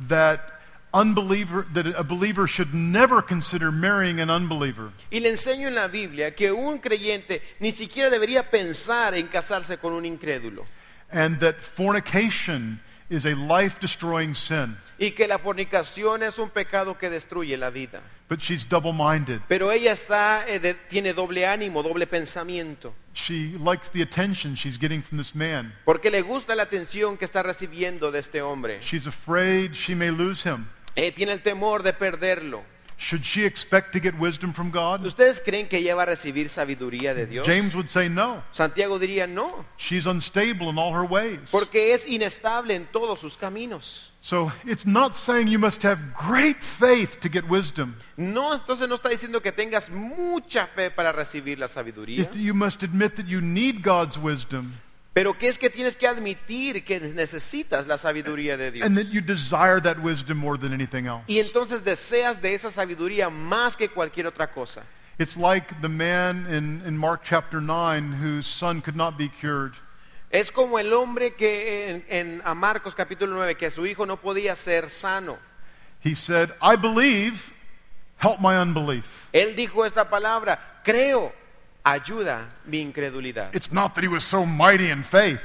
A: that unbeliever that a believer should never consider marrying an unbeliever.
B: Y le enseño en la Biblia que un creyente ni siquiera debería pensar en casarse con un incrédulo.
A: and that fornication is a life destroying sin,
B: y que la fornicación es un pecado que destruye la vida.
A: but she's double minded.
B: Pero ella está, eh, de- tiene doble ánimo, doble pensamiento,
A: She likes the attention she's getting from this man.
B: porque le gusta la atención que está recibiendo de este hombre.
A: She's afraid she may lose him.
B: Eh, tiene el temor de perderlo.
A: Should she expect to get wisdom from God?
B: ¿Ustedes creen que ella va a recibir sabiduría de Dios?
A: James would say no.
B: Santiago diría no,
A: She's unstable in all her ways.
B: porque es inestable en todos sus caminos.
A: So it's not saying you must have great faith to get wisdom.
B: No, entonces no está diciendo que tengas mucha fe para recibir la sabiduría,
A: It's that you must admit that you need God's wisdom
B: pero que es que tienes que admitir que necesitas la sabiduría de Dios.
A: and that you desire that wisdom more than anything else.
B: Y entonces deseas de esa sabiduría más que cualquier otra cosa.
A: It's like the man in, in Mark chapter 9 whose son could not be cured.
B: Es como el hombre que en, en- a Marcos capítulo 9, que su hijo no podía ser sano.
A: He said, I believe, help my unbelief.
B: Él dijo esta palabra, creo, ayuda mi incredulidad.
A: It's not that he was so mighty in faith,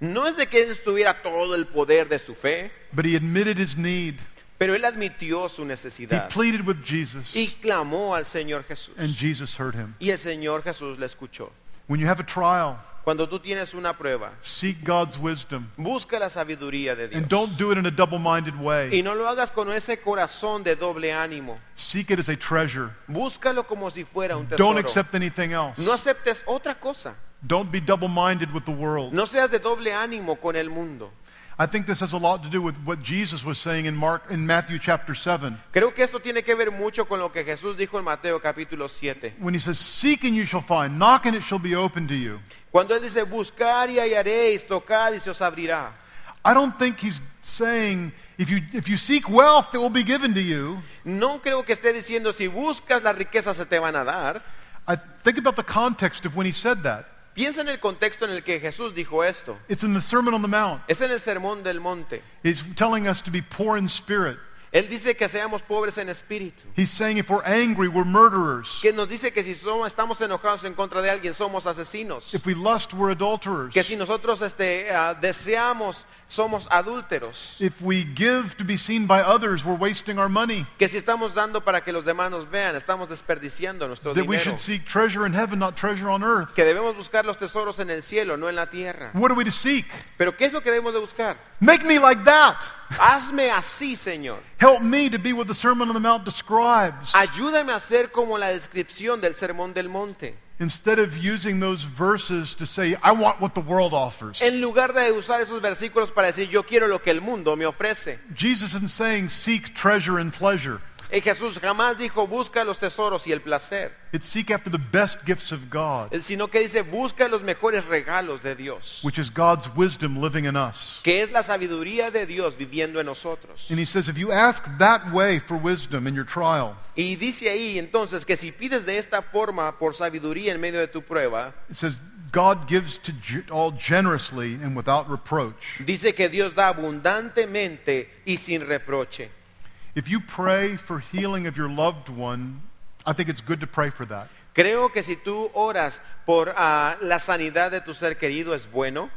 B: No es de que él tuviera todo el poder de su fe,
A: but he admitted his need.
B: pero él admitió su
A: He
B: necesidad
A: pleaded with Jesus,
B: y clamó al Señor Jesús.
A: and Jesus heard him.
B: Y el Señor Jesús le escuchó.
A: When you have a trial,
B: Cuando tú tienes una prueba,
A: seek God's wisdom
B: busca la sabiduría de
A: and
B: Dios.
A: don't do it in a double minded
B: Y
A: way.
B: no lo hagas con ese corazón de doble ánimo.
A: Seek it as a treasure.
B: Búscalo como si fuera un tesoro.
A: Don't accept anything else.
B: No aceptes otra cosa.
A: Don't be double minded with the world.
B: No seas de doble ánimo con el mundo.
A: I think this has a lot to do with what Jesus was saying in Mark in Matthew chapter 7
B: Creo que esto tiene que ver mucho con lo que Jesús dijo en Mateo capítulo 7.
A: when he says seek and you shall find, knock and it shall be opened to you.
B: Cuando él dice, buscar y hallaréis, tocad y se os abrirá.
A: I don't think he's saying if you if you seek wealth it will be given to you.
B: No creo que esté diciendo, si buscas las riquezas se te van a dar.
A: I think about the context of when he said that.
B: Piensa en el contexto en el que Jesús dijo esto.
A: It's in the Sermon on the Mount.
B: Es en el Sermón del Monte.
A: He's telling us to be poor in spirit.
B: Él dice que seamos pobres en espíritu.
A: He's saying if we're angry, we're murderers.
B: Que nos dice que si somos, estamos enojados en contra de alguien, somos asesinos.
A: If we lust, we're adulterers.
B: Que si nosotros este, ah, deseamos, somos adúlteros.
A: If we give to be seen by others, we're wasting our money.
B: Que si estamos dando para que los demás nos vean, estamos desperdiciando nuestro
A: That we
B: dinero.
A: should seek treasure in heaven, not treasure on earth.
B: Que debemos buscar los tesoros en el cielo, no en la tierra.
A: What are we to seek?
B: Pero ¿qué es lo que debemos de buscar?
A: Make me like that.
B: Hazme así, Señor.
A: Help me to be what the Sermon on the Mount describes.
B: Ayúdame a ser como la descripción del Sermón del Monte.
A: Instead of using those verses to say, I want what the world offers.
B: En lugar de usar esos versículos para decir yo quiero lo que el mundo me ofrece.
A: Jesus isn't saying seek treasure and pleasure.
B: Y Eh, Jesús jamás dijo busca los tesoros y el placer, eh,
A: It's seek after the best gifts of God,
B: sino que dice busca los mejores regalos de Dios,
A: which is God's wisdom living in us.
B: que es la sabiduría de Dios viviendo en nosotros.
A: And he says, if you ask that way for wisdom in your trial,
B: Y dice ahí entonces que si pides de esta forma por sabiduría en medio de tu prueba,
A: it says, God gives to ge- all generously and without reproach.
B: dice que Dios da abundantemente y sin reproche.
A: If you pray for healing of your loved one, I think it's good to pray for that.
B: Creo que si tú oras por ah, la sanidad de tu ser querido es bueno,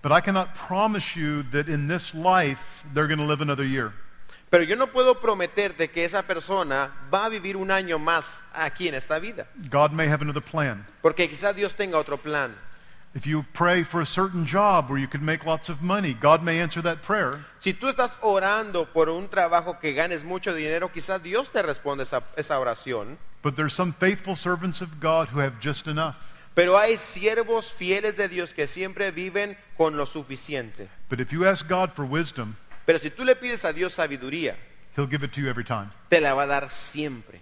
A: But I cannot promise you that in this life they're going to live another year.
B: pero yo no puedo prometerte que esa persona va a vivir un año más aquí en esta vida,
A: God may have another plan.
B: porque quizá Dios tenga otro plan.
A: If you pray for a certain job where you could make lots of money, God may answer that prayer.
B: Si tú estás orando por un trabajo que ganes mucho dinero, quizá Dios te responde esa, esa oración.
A: But there's some faithful servants of God who have just enough.
B: Pero hay siervos fieles de Dios que siempre viven con lo suficiente.
A: But if you ask God for wisdom,
B: Pero si tú le pides a Dios sabiduría,
A: He'll give it to you every time.
B: te la va a dar siempre.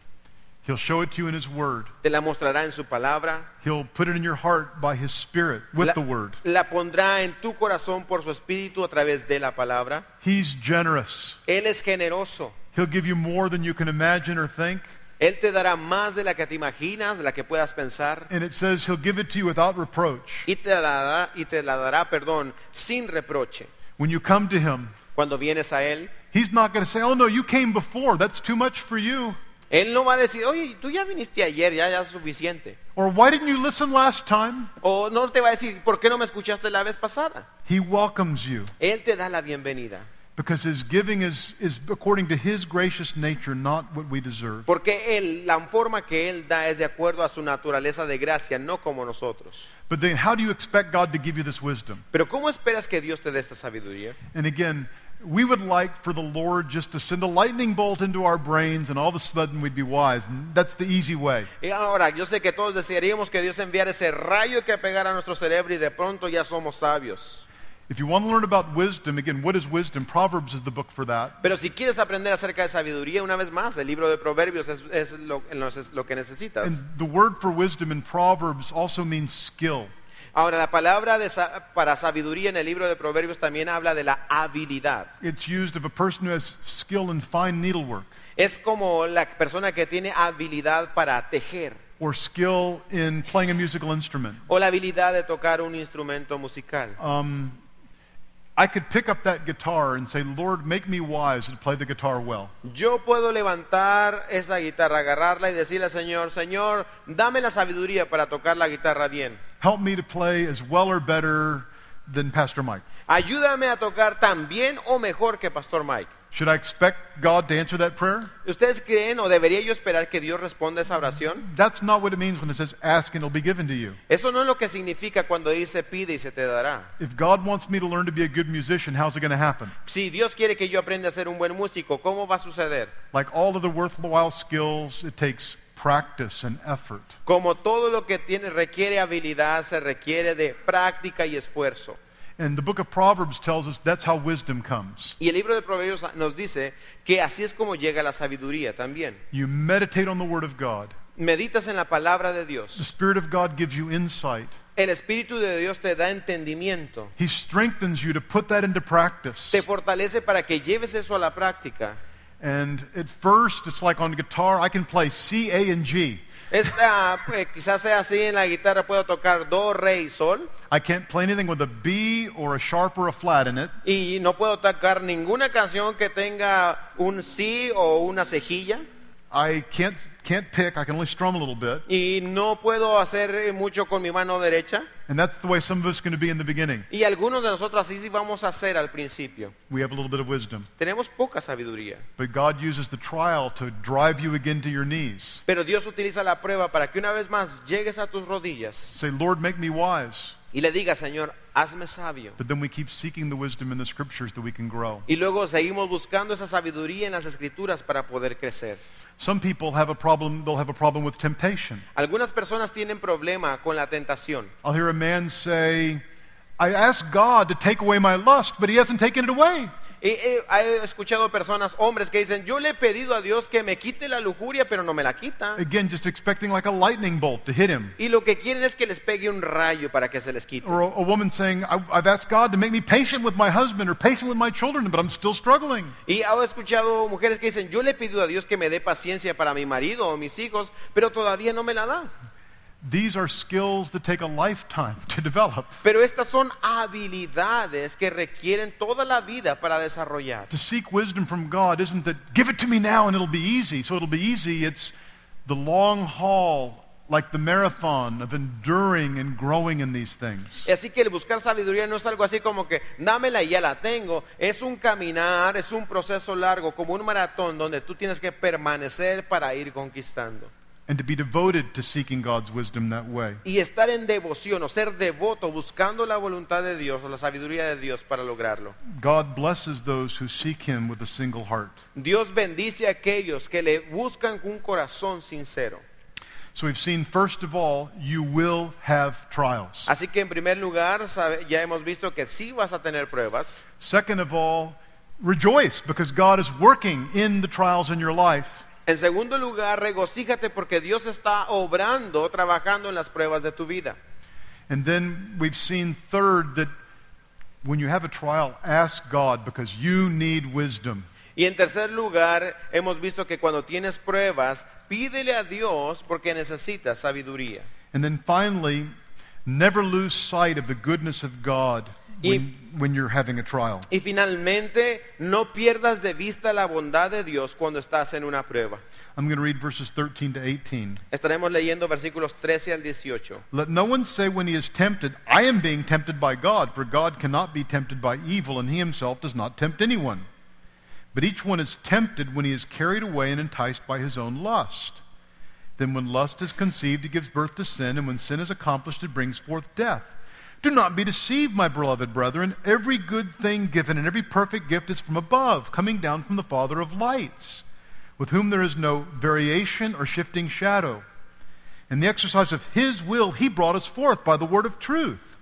A: He'll show it to you in His Word.
B: Te la mostrará en su palabra,
A: He'll put it in your heart by His Spirit with
B: la,
A: the Word.
B: la pondrá en tu corazón por su espíritu a través de la palabra.
A: He's generous.
B: Él es generoso.
A: He'll give you more than you can imagine or think.
B: Él te dará más de la que te imaginas, de la que puedas pensar,
A: And it says He'll give it to you without reproach.
B: y te la dará, y te la dará perdón, sin reproche.
A: When you come to Him,
B: Cuando vienes a Él,
A: He's not going to say, Oh, no, you came before. That's too much for you.
B: Él no va a decir, oye, tú ya viniste ayer, ya, ya es suficiente.
A: Or why didn't you listen last time?
B: O no te va a decir, ¿por qué no me escuchaste la vez pasada?
A: He welcomes you
B: Él te da la bienvenida.
A: because his giving is, is according to his gracious nature, not what we deserve.
B: Porque él, la forma que él da es de acuerdo a su naturaleza de gracia, no como nosotros.
A: But then, how do you expect God to give you this wisdom?
B: Pero ¿cómo esperas que Dios te dé esta sabiduría?
A: And again, we would like for the Lord just to send a lightning bolt into our brains and all of a sudden we'd be wise. And That's the easy way.
B: Y ahora, yo sé que todos desearíamos que Dios enviara ese rayo que pegara a nuestro cerebro y de pronto ya somos sabios.
A: If you want to learn about wisdom, again, what is wisdom? Proverbs is the book for that.
B: Pero si quieres aprender acerca de sabiduría, una vez más, el libro de Proverbios es, es lo, es lo que necesitas.
A: And the word for wisdom in Proverbs also means skill.
B: Ahora, la palabra de sa- para sabiduría en el libro de Proverbios también habla de la habilidad.
A: It's used of a person who has skill in fine needlework
B: Es como la persona que tiene habilidad para tejer
A: or skill in playing a musical instrument.
B: o la habilidad de tocar un instrumento musical.
A: Um, I could pick up that guitar and say, Lord, make me wise to play the guitar well.
B: Yo puedo levantar esa guitarra, agarrarla y decirle al Señor, Señor, dame la sabiduría para tocar la guitarra bien.
A: Help me to play as well or better than Pastor Mike.
B: Ayúdame a tocar tan bien o mejor que Pastor Mike.
A: Should I expect God to answer that prayer?
B: ¿Ustedes creen o debería yo esperar que Dios responda esa oración?
A: That's not what it means when it says, ask and it'll be given to you.
B: Eso no es lo que significa cuando dice pide y se te dará.
A: If God wants me to learn to be a good musician, how's it going to happen?
B: Si Dios quiere que yo aprenda a ser un buen músico, ¿cómo va a suceder?
A: Like all of the worthwhile skills, it takes practice and effort.
B: Como todo lo que tiene requiere habilidad, se requiere de práctica y esfuerzo.
A: And the book of Proverbs tells us that's how wisdom comes.
B: Y el libro de Proverbios nos dice que así es como llega la sabiduría también.
A: You meditate on the Word of God.
B: Meditas en la palabra de
A: The
B: Dios.
A: Spirit of God gives you insight.
B: El Espíritu de Dios te da entendimiento.
A: He strengthens you to put that into practice.
B: Te fortalece para que lleves eso a la práctica.
A: And at first, it's like on guitar, I can play C, A, and G.
B: Es, ah, pues, quizás sea así en la guitarra, puedo tocar do, re y sol.
A: I can't play anything with a B or a sharp or a flat in it.
B: Y no puedo tocar ninguna canción que tenga un sí o una cejilla.
A: I can't, can't pick, I can only strum a little bit.
B: Y no puedo hacer eh, mucho con mi mano derecha.
A: And that's the way some of us are going to be in the beginning.
B: Y algunos de nosotros así sí vamos a hacer al principio.
A: We have a little bit of wisdom.
B: Tenemos poca sabiduría.
A: But God uses the trial to drive you again to your knees.
B: Pero Dios utiliza la prueba para que una vez más llegues a tus rodillas
A: Say, Lord, make me wise.
B: y le digas, Señor, hazme sabio.
A: But then we keep seeking the wisdom in the scriptures that we can grow.
B: Y luego seguimos buscando esa sabiduría en las escrituras para poder crecer.
A: Some people have a problem, they'll have a problem with temptation.
B: Algunas personas tienen problema con la tentación.
A: I'll hear a man say, I asked God to take away my lust, but he hasn't taken it away.
B: He, he- he escuchado personas, hombres, que dicen, yo le he pedido a Dios que me quite la lujuria, pero no me la quita.
A: Again, just expecting like a lightning bolt to hit him.
B: Y lo que quieren es que les pegue un rayo para que se les quite.
A: Or a, a woman saying, I, I've asked God to make me patient with my husband or patient with my children, but I'm still struggling.
B: Y he escuchado mujeres que dicen, yo le he pedido a Dios que me dé paciencia para mi marido o mis hijos, pero todavía no me la da.
A: These are skills that take a lifetime to develop.
B: Pero estas son habilidades que requieren toda la vida para desarrollar.
A: To seek wisdom from God isn't that give it to me now and it'll be easy. So it'll be easy. It's the long haul, like the marathon of enduring and growing in these things.
B: Así que el buscar sabiduría no es algo así como que dámela y ya la tengo. Es un caminar, es un proceso largo, como un maratón donde tú tienes que permanecer para ir conquistando.
A: And to be devoted to seeking God's wisdom that way.
B: Y estar en devoción o ser devoto buscando la voluntad de Dios o la sabiduría de Dios para lograrlo.
A: God blesses those who seek Him with a single heart.
B: Dios bendice a aquellos que le buscan con un corazón sincero.
A: So we've seen, first of all, you will have trials.
B: Así que en primer lugar sabe- ya hemos visto que sí vas a tener pruebas.
A: Second of all, rejoice because God is working in the trials in your life.
B: En segundo lugar, regocíjate porque Dios está obrando, trabajando en las pruebas de tu vida.
A: And then we've seen, third, that when you have a trial, ask God because you need wisdom.
B: Y en tercer lugar, hemos visto que cuando tienes pruebas, pídele a Dios porque necesitas sabiduría.
A: And then finally, never lose sight of the goodness of God when, when you're having a trial.
B: Y finalmente, no pierdas de vista la bondad de Dios cuando estás en una prueba.
A: I'm going to read verses 13 to 18.
B: Estaremos leyendo versículos 13 al 18.
A: Let no one say when he is tempted, I am being tempted by God, for God cannot be tempted by evil, and he himself does not tempt anyone. But each one is tempted when he is carried away and enticed by his own lust. Then, when lust is conceived, it gives birth to sin, and when sin is accomplished, it brings forth death. Do not be deceived, my beloved brethren. Every good thing given and every perfect gift is from above, coming down from the Father of lights, with whom there is no variation or shifting shadow. In the exercise of His will, He brought us forth by the word of truth,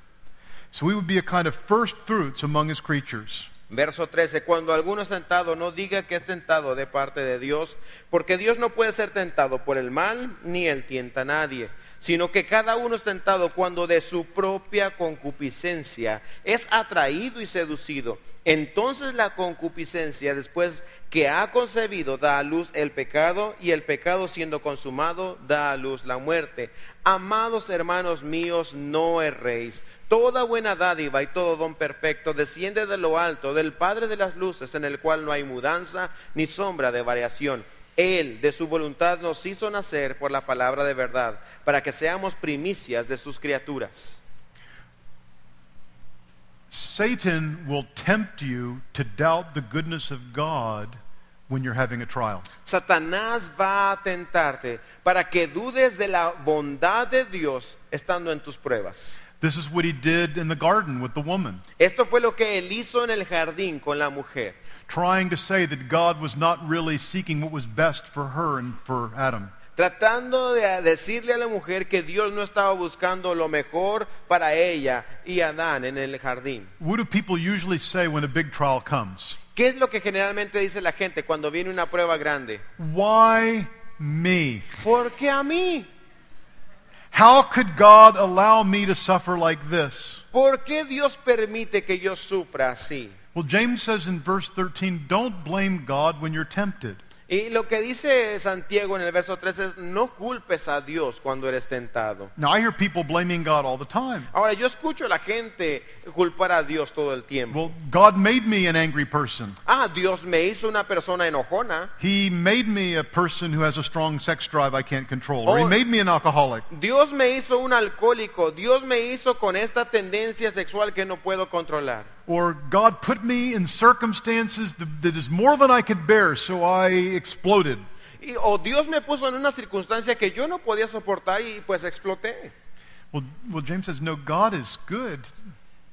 A: so we would be a kind of first fruits among His creatures.
B: Verso 13, cuando alguno es tentado, no diga que es tentado de parte de Dios, porque Dios no puede ser tentado por el mal, ni él tienta a nadie, sino que cada uno es tentado cuando de su propia concupiscencia es atraído y seducido. Entonces la concupiscencia, después que ha concebido, da a luz el pecado, y el pecado siendo consumado, da a luz la muerte. Amados hermanos míos, no erréis. Toda buena dádiva y todo don perfecto desciende de lo alto, del Padre de las luces, en el cual no hay mudanza ni sombra de variación. Él de su voluntad nos hizo nacer por la palabra de verdad, para que seamos primicias de sus criaturas.
A: Satan will tempt you to doubt the goodness of God when you're having a trial.
B: Satanás va a tentarte para que dudes de la bondad de Dios estando en tus pruebas.
A: This is what he did in the garden with the woman,
B: Esto fue lo que él hizo en el jardín con la mujer,
A: trying to say that God was not really seeking what was best for her and for Adam.
B: tratando de decirle a la mujer que Dios no estaba buscando lo mejor para ella y Adán en el jardín.
A: What do people usually say when a big trial comes?
B: ¿Qué es lo que generalmente dice la gente cuando viene una prueba grande?
A: Why me?
B: ¿Por qué a mí?
A: How could God allow me to suffer like this?
B: ¿Por qué Dios permite que yo sufra así?
A: Well, James says in verse 13, don't blame God when you're tempted.
B: Y lo que dice Santiago en el verso 13 es, no culpes a Dios cuando eres tentado.
A: Now, I hear people blaming God all the time.
B: Ahora, yo escucho a la gente culpar a Dios todo el tiempo.
A: Well, God made me an angry person.
B: Ah, Dios me hizo una persona enojona.
A: He made me a person who has a strong sex drive I can't control. Or He
B: Oh.
A: made me an alcoholic.
B: Dios me hizo un alcohólico. Dios me hizo con esta tendencia sexual que no puedo controlar.
A: Or God put me in circumstances th- that is more than I could bear, so I exploded.
B: Y- o Dios me puso en una circunstancia que yo no podía soportar y pues exploté.
A: Well, well, James says, no, God is good.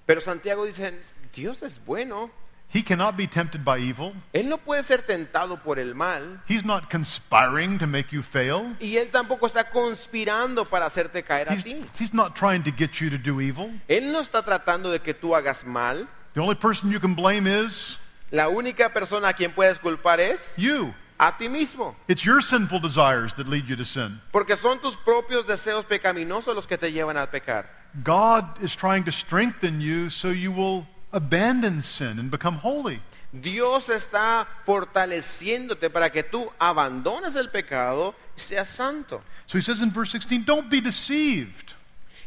B: Pero Santiago dice, Dios es bueno.
A: He cannot be tempted by evil.
B: Él no puede ser tentado por el mal.
A: He's not conspiring to make you fail.
B: Y Él tampoco está conspirando para hacerte caer a
A: He's,
B: ti.
A: he's not trying to get you to do evil.
B: Él no está tratando de que tú hagas mal.
A: The only person you can blame is
B: La única persona a quien puedes culpar es
A: you.
B: a ti mismo.
A: It's your sinful desires that lead you to sin.
B: Porque son tus propios deseos pecaminosos los que te llevan a pecar.
A: God is trying to strengthen you so you will abandon sin and become holy.
B: Dios está fortaleciéndote para que tú abandones el pecado y seas santo.
A: So he says in verse 16, don't be deceived.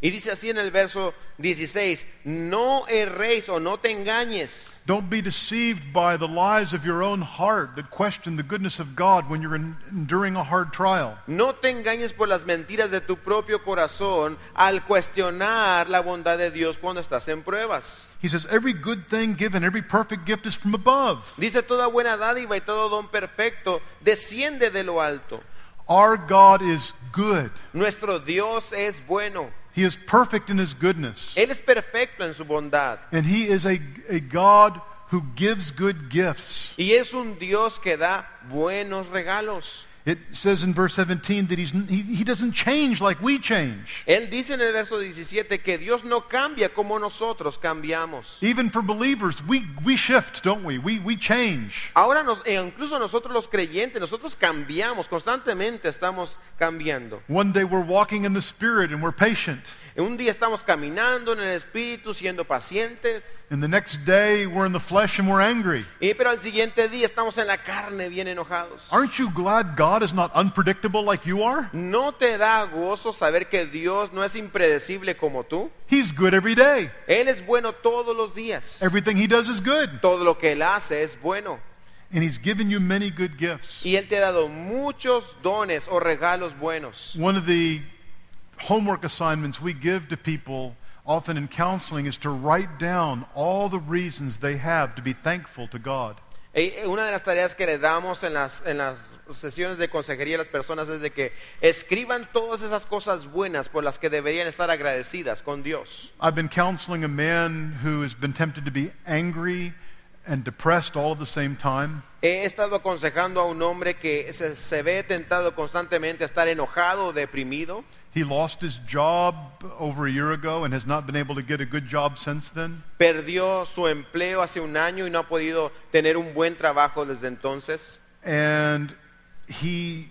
B: Y dice así en el verso 16, no erréis o no te engañes.
A: Don't be deceived by the lies of your own heart that question the goodness of God when you're en- enduring a hard trial.
B: No te engañes por las mentiras de tu propio corazón al cuestionar la bondad de Dios cuando estás en pruebas.
A: He says, every good thing given, every perfect gift is from above.
B: Dice toda buena dádiva y todo don perfecto desciende de lo alto.
A: Our God is good.
B: Nuestro Dios es bueno.
A: He is perfect in his goodness.
B: Él es perfecto en su bondad.
A: And he is a, a God who gives good gifts.
B: Y es un Dios que da buenos regalos.
A: It says in verse 17 that he's, he, he doesn't change like we change.
B: Él dice en el verso 17 que Dios no cambia como nosotros cambiamos.
A: Even for believers, we, we shift, don't we? We, we change.
B: Ahora nos- e incluso nosotros los creyentes, nosotros cambiamos, constantemente estamos cambiando.
A: One day we're walking in the Spirit and we're patient.
B: Un día estamos caminando en el Espíritu, siendo pacientes,
A: And the next day we're in the flesh and we're angry.
B: y, pero al siguiente día estamos en la carne bien enojados.
A: Aren't you glad God God is not unpredictable like you are?
B: ¿No te da gozo saber que Dios no es impredecible como tú?
A: He's good every day.
B: Él es bueno todos los días.
A: Everything He does is good.
B: Todo lo que Él hace es bueno.
A: And He's given you many good gifts.
B: Y Él te ha dado muchos dones o regalos buenos.
A: One of the homework assignments we give to people, often in counseling, is to write down all the reasons they have to be thankful to God.
B: Eh, eh, Una de las tareas que le damos en las, en las sesiones de consejería a las personas es de que escriban todas esas cosas buenas por las que deberían estar agradecidas con Dios.
A: I've been counseling a man who has been tempted to be angry and depressed all at the same time.
B: He estado aconsejando a un hombre que se, se ve tentado constantemente a estar enojado o deprimido.
A: He lost his job over a year ago and has not been able to get a good job since then.
B: Perdió su empleo hace un año y no ha podido tener un buen trabajo desde entonces.
A: And he,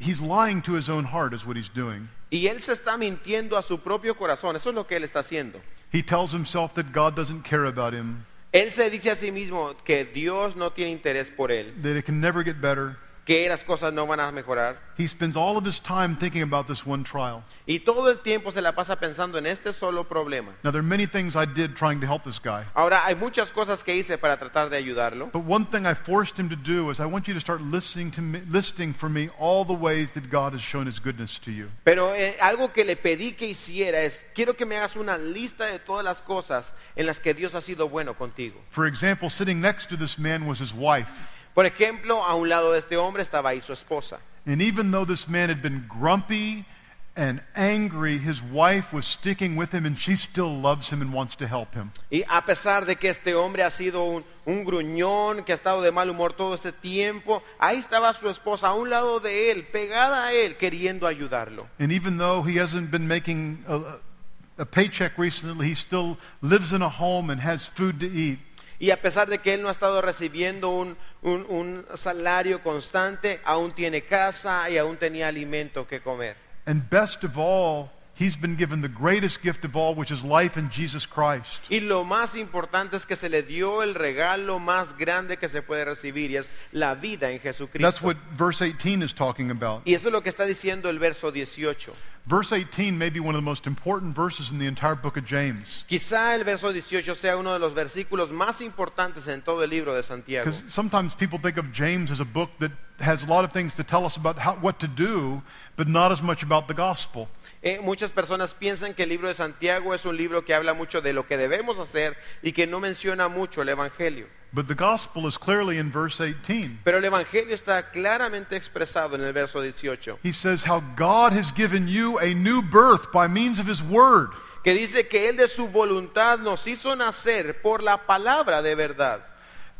A: he's lying to his own heart, is what he's doing.
B: Y él se está mintiendo a su propio corazón. Eso es lo que él está haciendo.
A: He tells himself that God doesn't care about him,
B: Él se dice a sí mismo que Dios no tiene interés por él,
A: that it can never get better.
B: que las cosas no van a mejorar.
A: He spends all of his time thinking about this one trial.
B: Y todo el tiempo se la pasa pensando en este solo problema.
A: Now, there are many things I did trying to help this guy,
B: Ahora, hay muchas cosas que hice para tratar de ayudarlo,
A: but one thing I forced him to do is I want you to start listening to me, listing for me all the ways that God has shown his goodness to you.
B: pero eh, algo que le pedí que hiciera es, quiero que me hagas una lista de todas las cosas en las que Dios ha sido bueno contigo.
A: For example, sitting next to this man was his wife.
B: Por ejemplo, a un lado de este hombre estaba ahí su esposa.
A: And even though this man had been grumpy and angry, his wife was sticking with him and she still loves him and wants to help him.
B: Y a pesar de que este hombre ha sido un, un gruñón, que ha estado de mal humor todo este tiempo, ahí estaba su esposa a un lado de él, pegada a él, queriendo ayudarlo.
A: And even though he hasn't been making a, a paycheck recently, he still lives in a home and has food to eat.
B: Y a pesar de que él no ha estado recibiendo un, un- un salario constante, aún tiene casa y aún tenía alimento que comer.
A: And best of all, he's been given the greatest gift of all, which is life in Jesus Christ.
B: Y lo más importante es que se le dio el regalo más grande que se puede recibir y es la vida en
A: That's
B: Jesucristo.
A: what verse 18 is talking about.
B: Y eso es lo que está diciendo el verso 18.
A: Verse 18 may be one of the most important verses in the entire book of James.
B: Quizá el verso 18 sea uno de los versículos más importantes en todo el libro de Santiago.
A: Because sometimes people think of James as a book that has a lot of things to tell us about how, what to do, but not as much about the gospel.
B: Eh, muchas personas piensan que el libro de Santiago es un libro que habla mucho de lo que debemos hacer y que no menciona mucho el Evangelio.
A: But the gospel is clearly in verse 18.
B: Pero el Evangelio está claramente expresado en el verso 18,
A: He says how God has given you a new birth by means of his word.
B: que dice que Él de su voluntad nos hizo nacer por la palabra de verdad,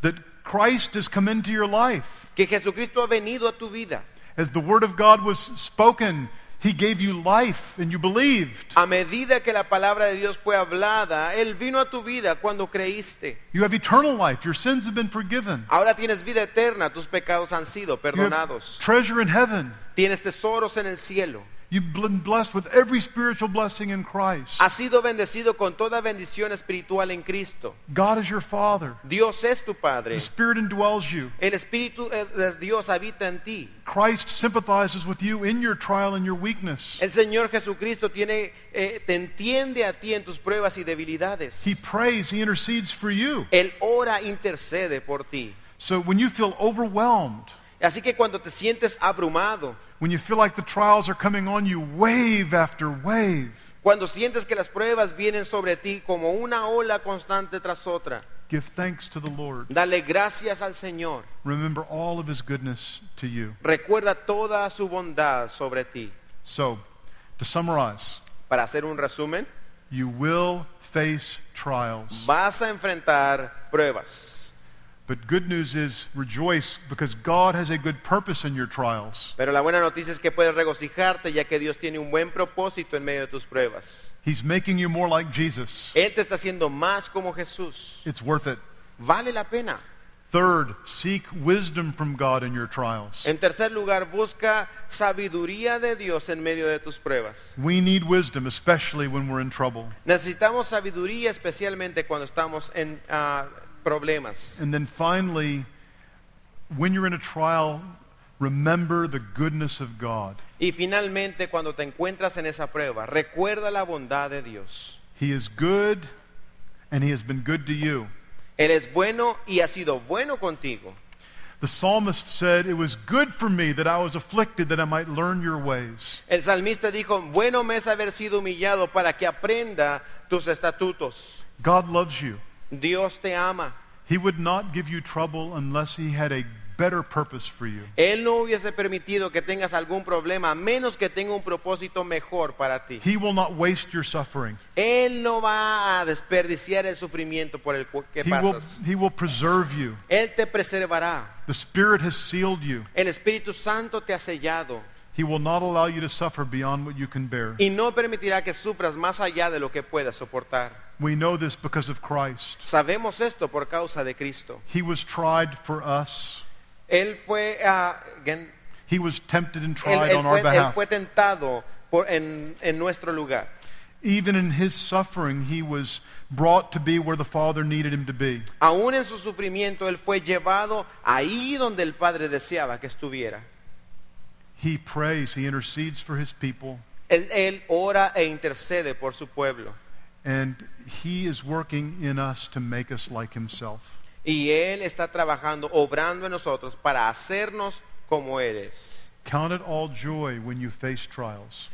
A: That Christ has come into your life.
B: que Jesucristo ha venido a tu vida.
A: As the word of God was spoken, he gave you life and you believed.
B: A medida que la palabra de Dios fue hablada, Él vino a tu vida cuando creíste.
A: You have eternal life. Your sins have been forgiven.
B: Ahora tienes vida eterna, tus pecados han sido
A: You have
B: perdonados,
A: treasure in heaven.
B: tienes tesoros en el cielo,
A: You've been blessed with every spiritual blessing in Christ.
B: has sido bendecido con toda bendición espiritual en Cristo.
A: God is your Father.
B: Dios es tu Padre,
A: The Spirit indwells you.
B: el Espíritu eh, de Dios habita en ti.
A: Christ sympathizes with you in your trial and your weakness.
B: El Señor Jesucristo tiene, eh, te entiende a ti en tus pruebas y debilidades.
A: He prays, He intercedes for you.
B: Él ora, intercede por ti.
A: So when you feel overwhelmed,
B: Así que cuando te sientes abrumado,
A: when you feel like the trials are coming on you wave after wave,
B: cuando sientes que las pruebas vienen sobre ti como una ola constante tras otra,
A: give thanks to the Lord.
B: dale gracias al Señor.
A: Remember all of His goodness to you.
B: Recuerda toda su bondad sobre ti.
A: So, to summarize,
B: Para hacer un resumen,
A: you will face trials.
B: vas a enfrentar pruebas,
A: But good news is rejoice because God has a good purpose in your trials.
B: pero la buena noticia es que puedes regocijarte ya que Dios tiene un buen propósito en medio de tus pruebas.
A: He's making you more like Jesus.
B: Él te está haciendo más como Jesús.
A: It's worth it.
B: Vale la pena.
A: Third, seek wisdom from God in your trials.
B: En tercer lugar, busca sabiduría de Dios en medio de tus pruebas.
A: We need wisdom, especially when we're in trouble.
B: Necesitamos sabiduría especialmente cuando estamos en ah, problemas.
A: And then finally, when you're in a trial, Remember the goodness of God.
B: Y finalmente, cuando te encuentras en esa prueba, recuerda la bondad de Dios.
A: He is good, and He has been good to you.
B: Él es bueno y ha sido bueno contigo.
A: The psalmist said, It was good for me that I was afflicted, that I might learn your ways.
B: El salmista dijo, bueno me es haber sido humillado para que aprenda tus estatutos.
A: God loves you.
B: Dios te ama.
A: He would not give you trouble unless He had a better purpose for you.
B: Él no hubiese permitido que tengas algún problema, a menos que tenga un propósito mejor para ti.
A: He will not waste your suffering.
B: Él no va a desperdiciar el sufrimiento por el cu- que
A: He will,
B: pasas.
A: he will preserve you.
B: Él te preservará.
A: The Spirit has sealed you.
B: El Espíritu Santo te ha sellado
A: He will not allow you to suffer beyond what you can bear.
B: y no permitirá que sufras más allá de lo que puedas soportar.
A: We know this because of Christ.
B: Sabemos esto por causa de Cristo.
A: He was tried for us.
B: Él fue, ah, again,
A: He was tempted and
B: él,
A: tried
B: él
A: on
B: fue,
A: our
B: él
A: behalf.
B: fue tentado por- en, en nuestro lugar.
A: Even in his suffering, he was brought to be where the Father needed him to be.
B: Aún en su sufrimiento, él fue llevado ahí donde el Padre deseaba que estuviera.
A: He prays, he intercedes for his people,
B: Él, él ora e intercede por su pueblo.
A: and he is working in us to make us like himself.
B: Y Él está trabajando, obrando en nosotros para hacernos como eres.
A: Count it all joy when you face trials.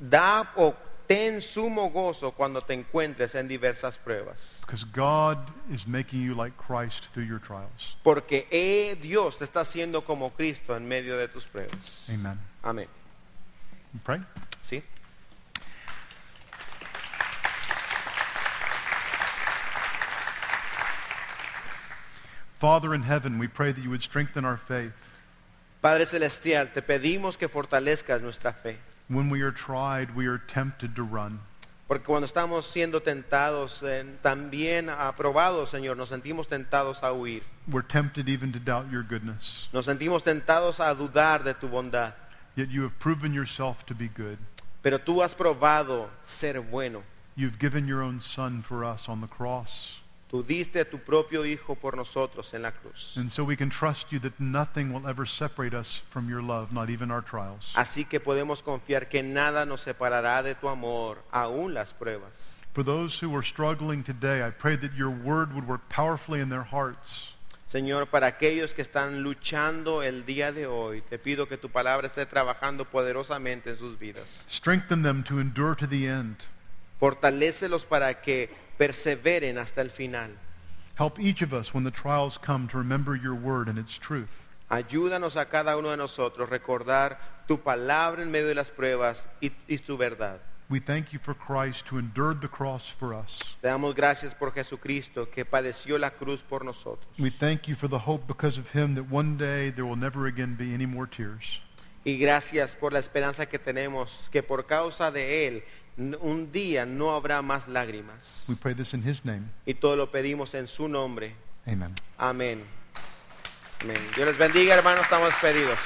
B: Da o ten sumo gozo cuando te encuentres en diversas pruebas.
A: Because God is making you like Christ through your trials.
B: Porque eh, Dios te está haciendo como Cristo en medio de tus pruebas.
A: Amen.
B: Amén.
A: You pray.
B: ¿Sí?
A: Father in heaven, we pray that you would strengthen our faith.
B: Padre Celestial, te pedimos que fortalezcas nuestra fe.
A: When we are tried, we are tempted to run.
B: Porque cuando estamos siendo tentados, eh, también aprobados, Señor, nos sentimos tentados a huir.
A: We're tempted even to doubt your goodness.
B: Nos sentimos tentados a dudar de tu bondad.
A: Yet you have proven yourself to be good.
B: Pero tú has probado ser bueno.
A: You've given your own Son for us on the cross.
B: Tú diste a tu propio Hijo por nosotros en la cruz.
A: And so we can trust you that nothing will ever separate us from your love, not even our trials.
B: Así que podemos confiar que nada nos separará de tu amor, aún las pruebas.
A: For those who are struggling today, I pray that your word would work powerfully in their hearts.
B: Señor, para aquellos que están luchando el día de hoy, te pido que tu palabra esté trabajando poderosamente en sus vidas.
A: Strengthen them to endure to the end.
B: Fortalécelos para que perseveren hasta el final.
A: Help each of us when the trials come to remember your word and its truth.
B: Ayúdanos a cada uno de nosotros recordar tu palabra en medio de las pruebas y, y tu verdad.
A: We thank you for Christ who endured the cross for us.
B: Te damos gracias por Jesucristo que padeció la cruz por nosotros.
A: We thank you for the hope because of him that one day there will never again be any more tears.
B: Y gracias por la esperanza que tenemos, que por causa de Él n- un día no habrá más lágrimas.
A: We pray this in his name.
B: Y todo lo pedimos en su nombre.
A: Amen.
B: Amén. Amén. Dios les bendiga, hermanos, estamos despedidos.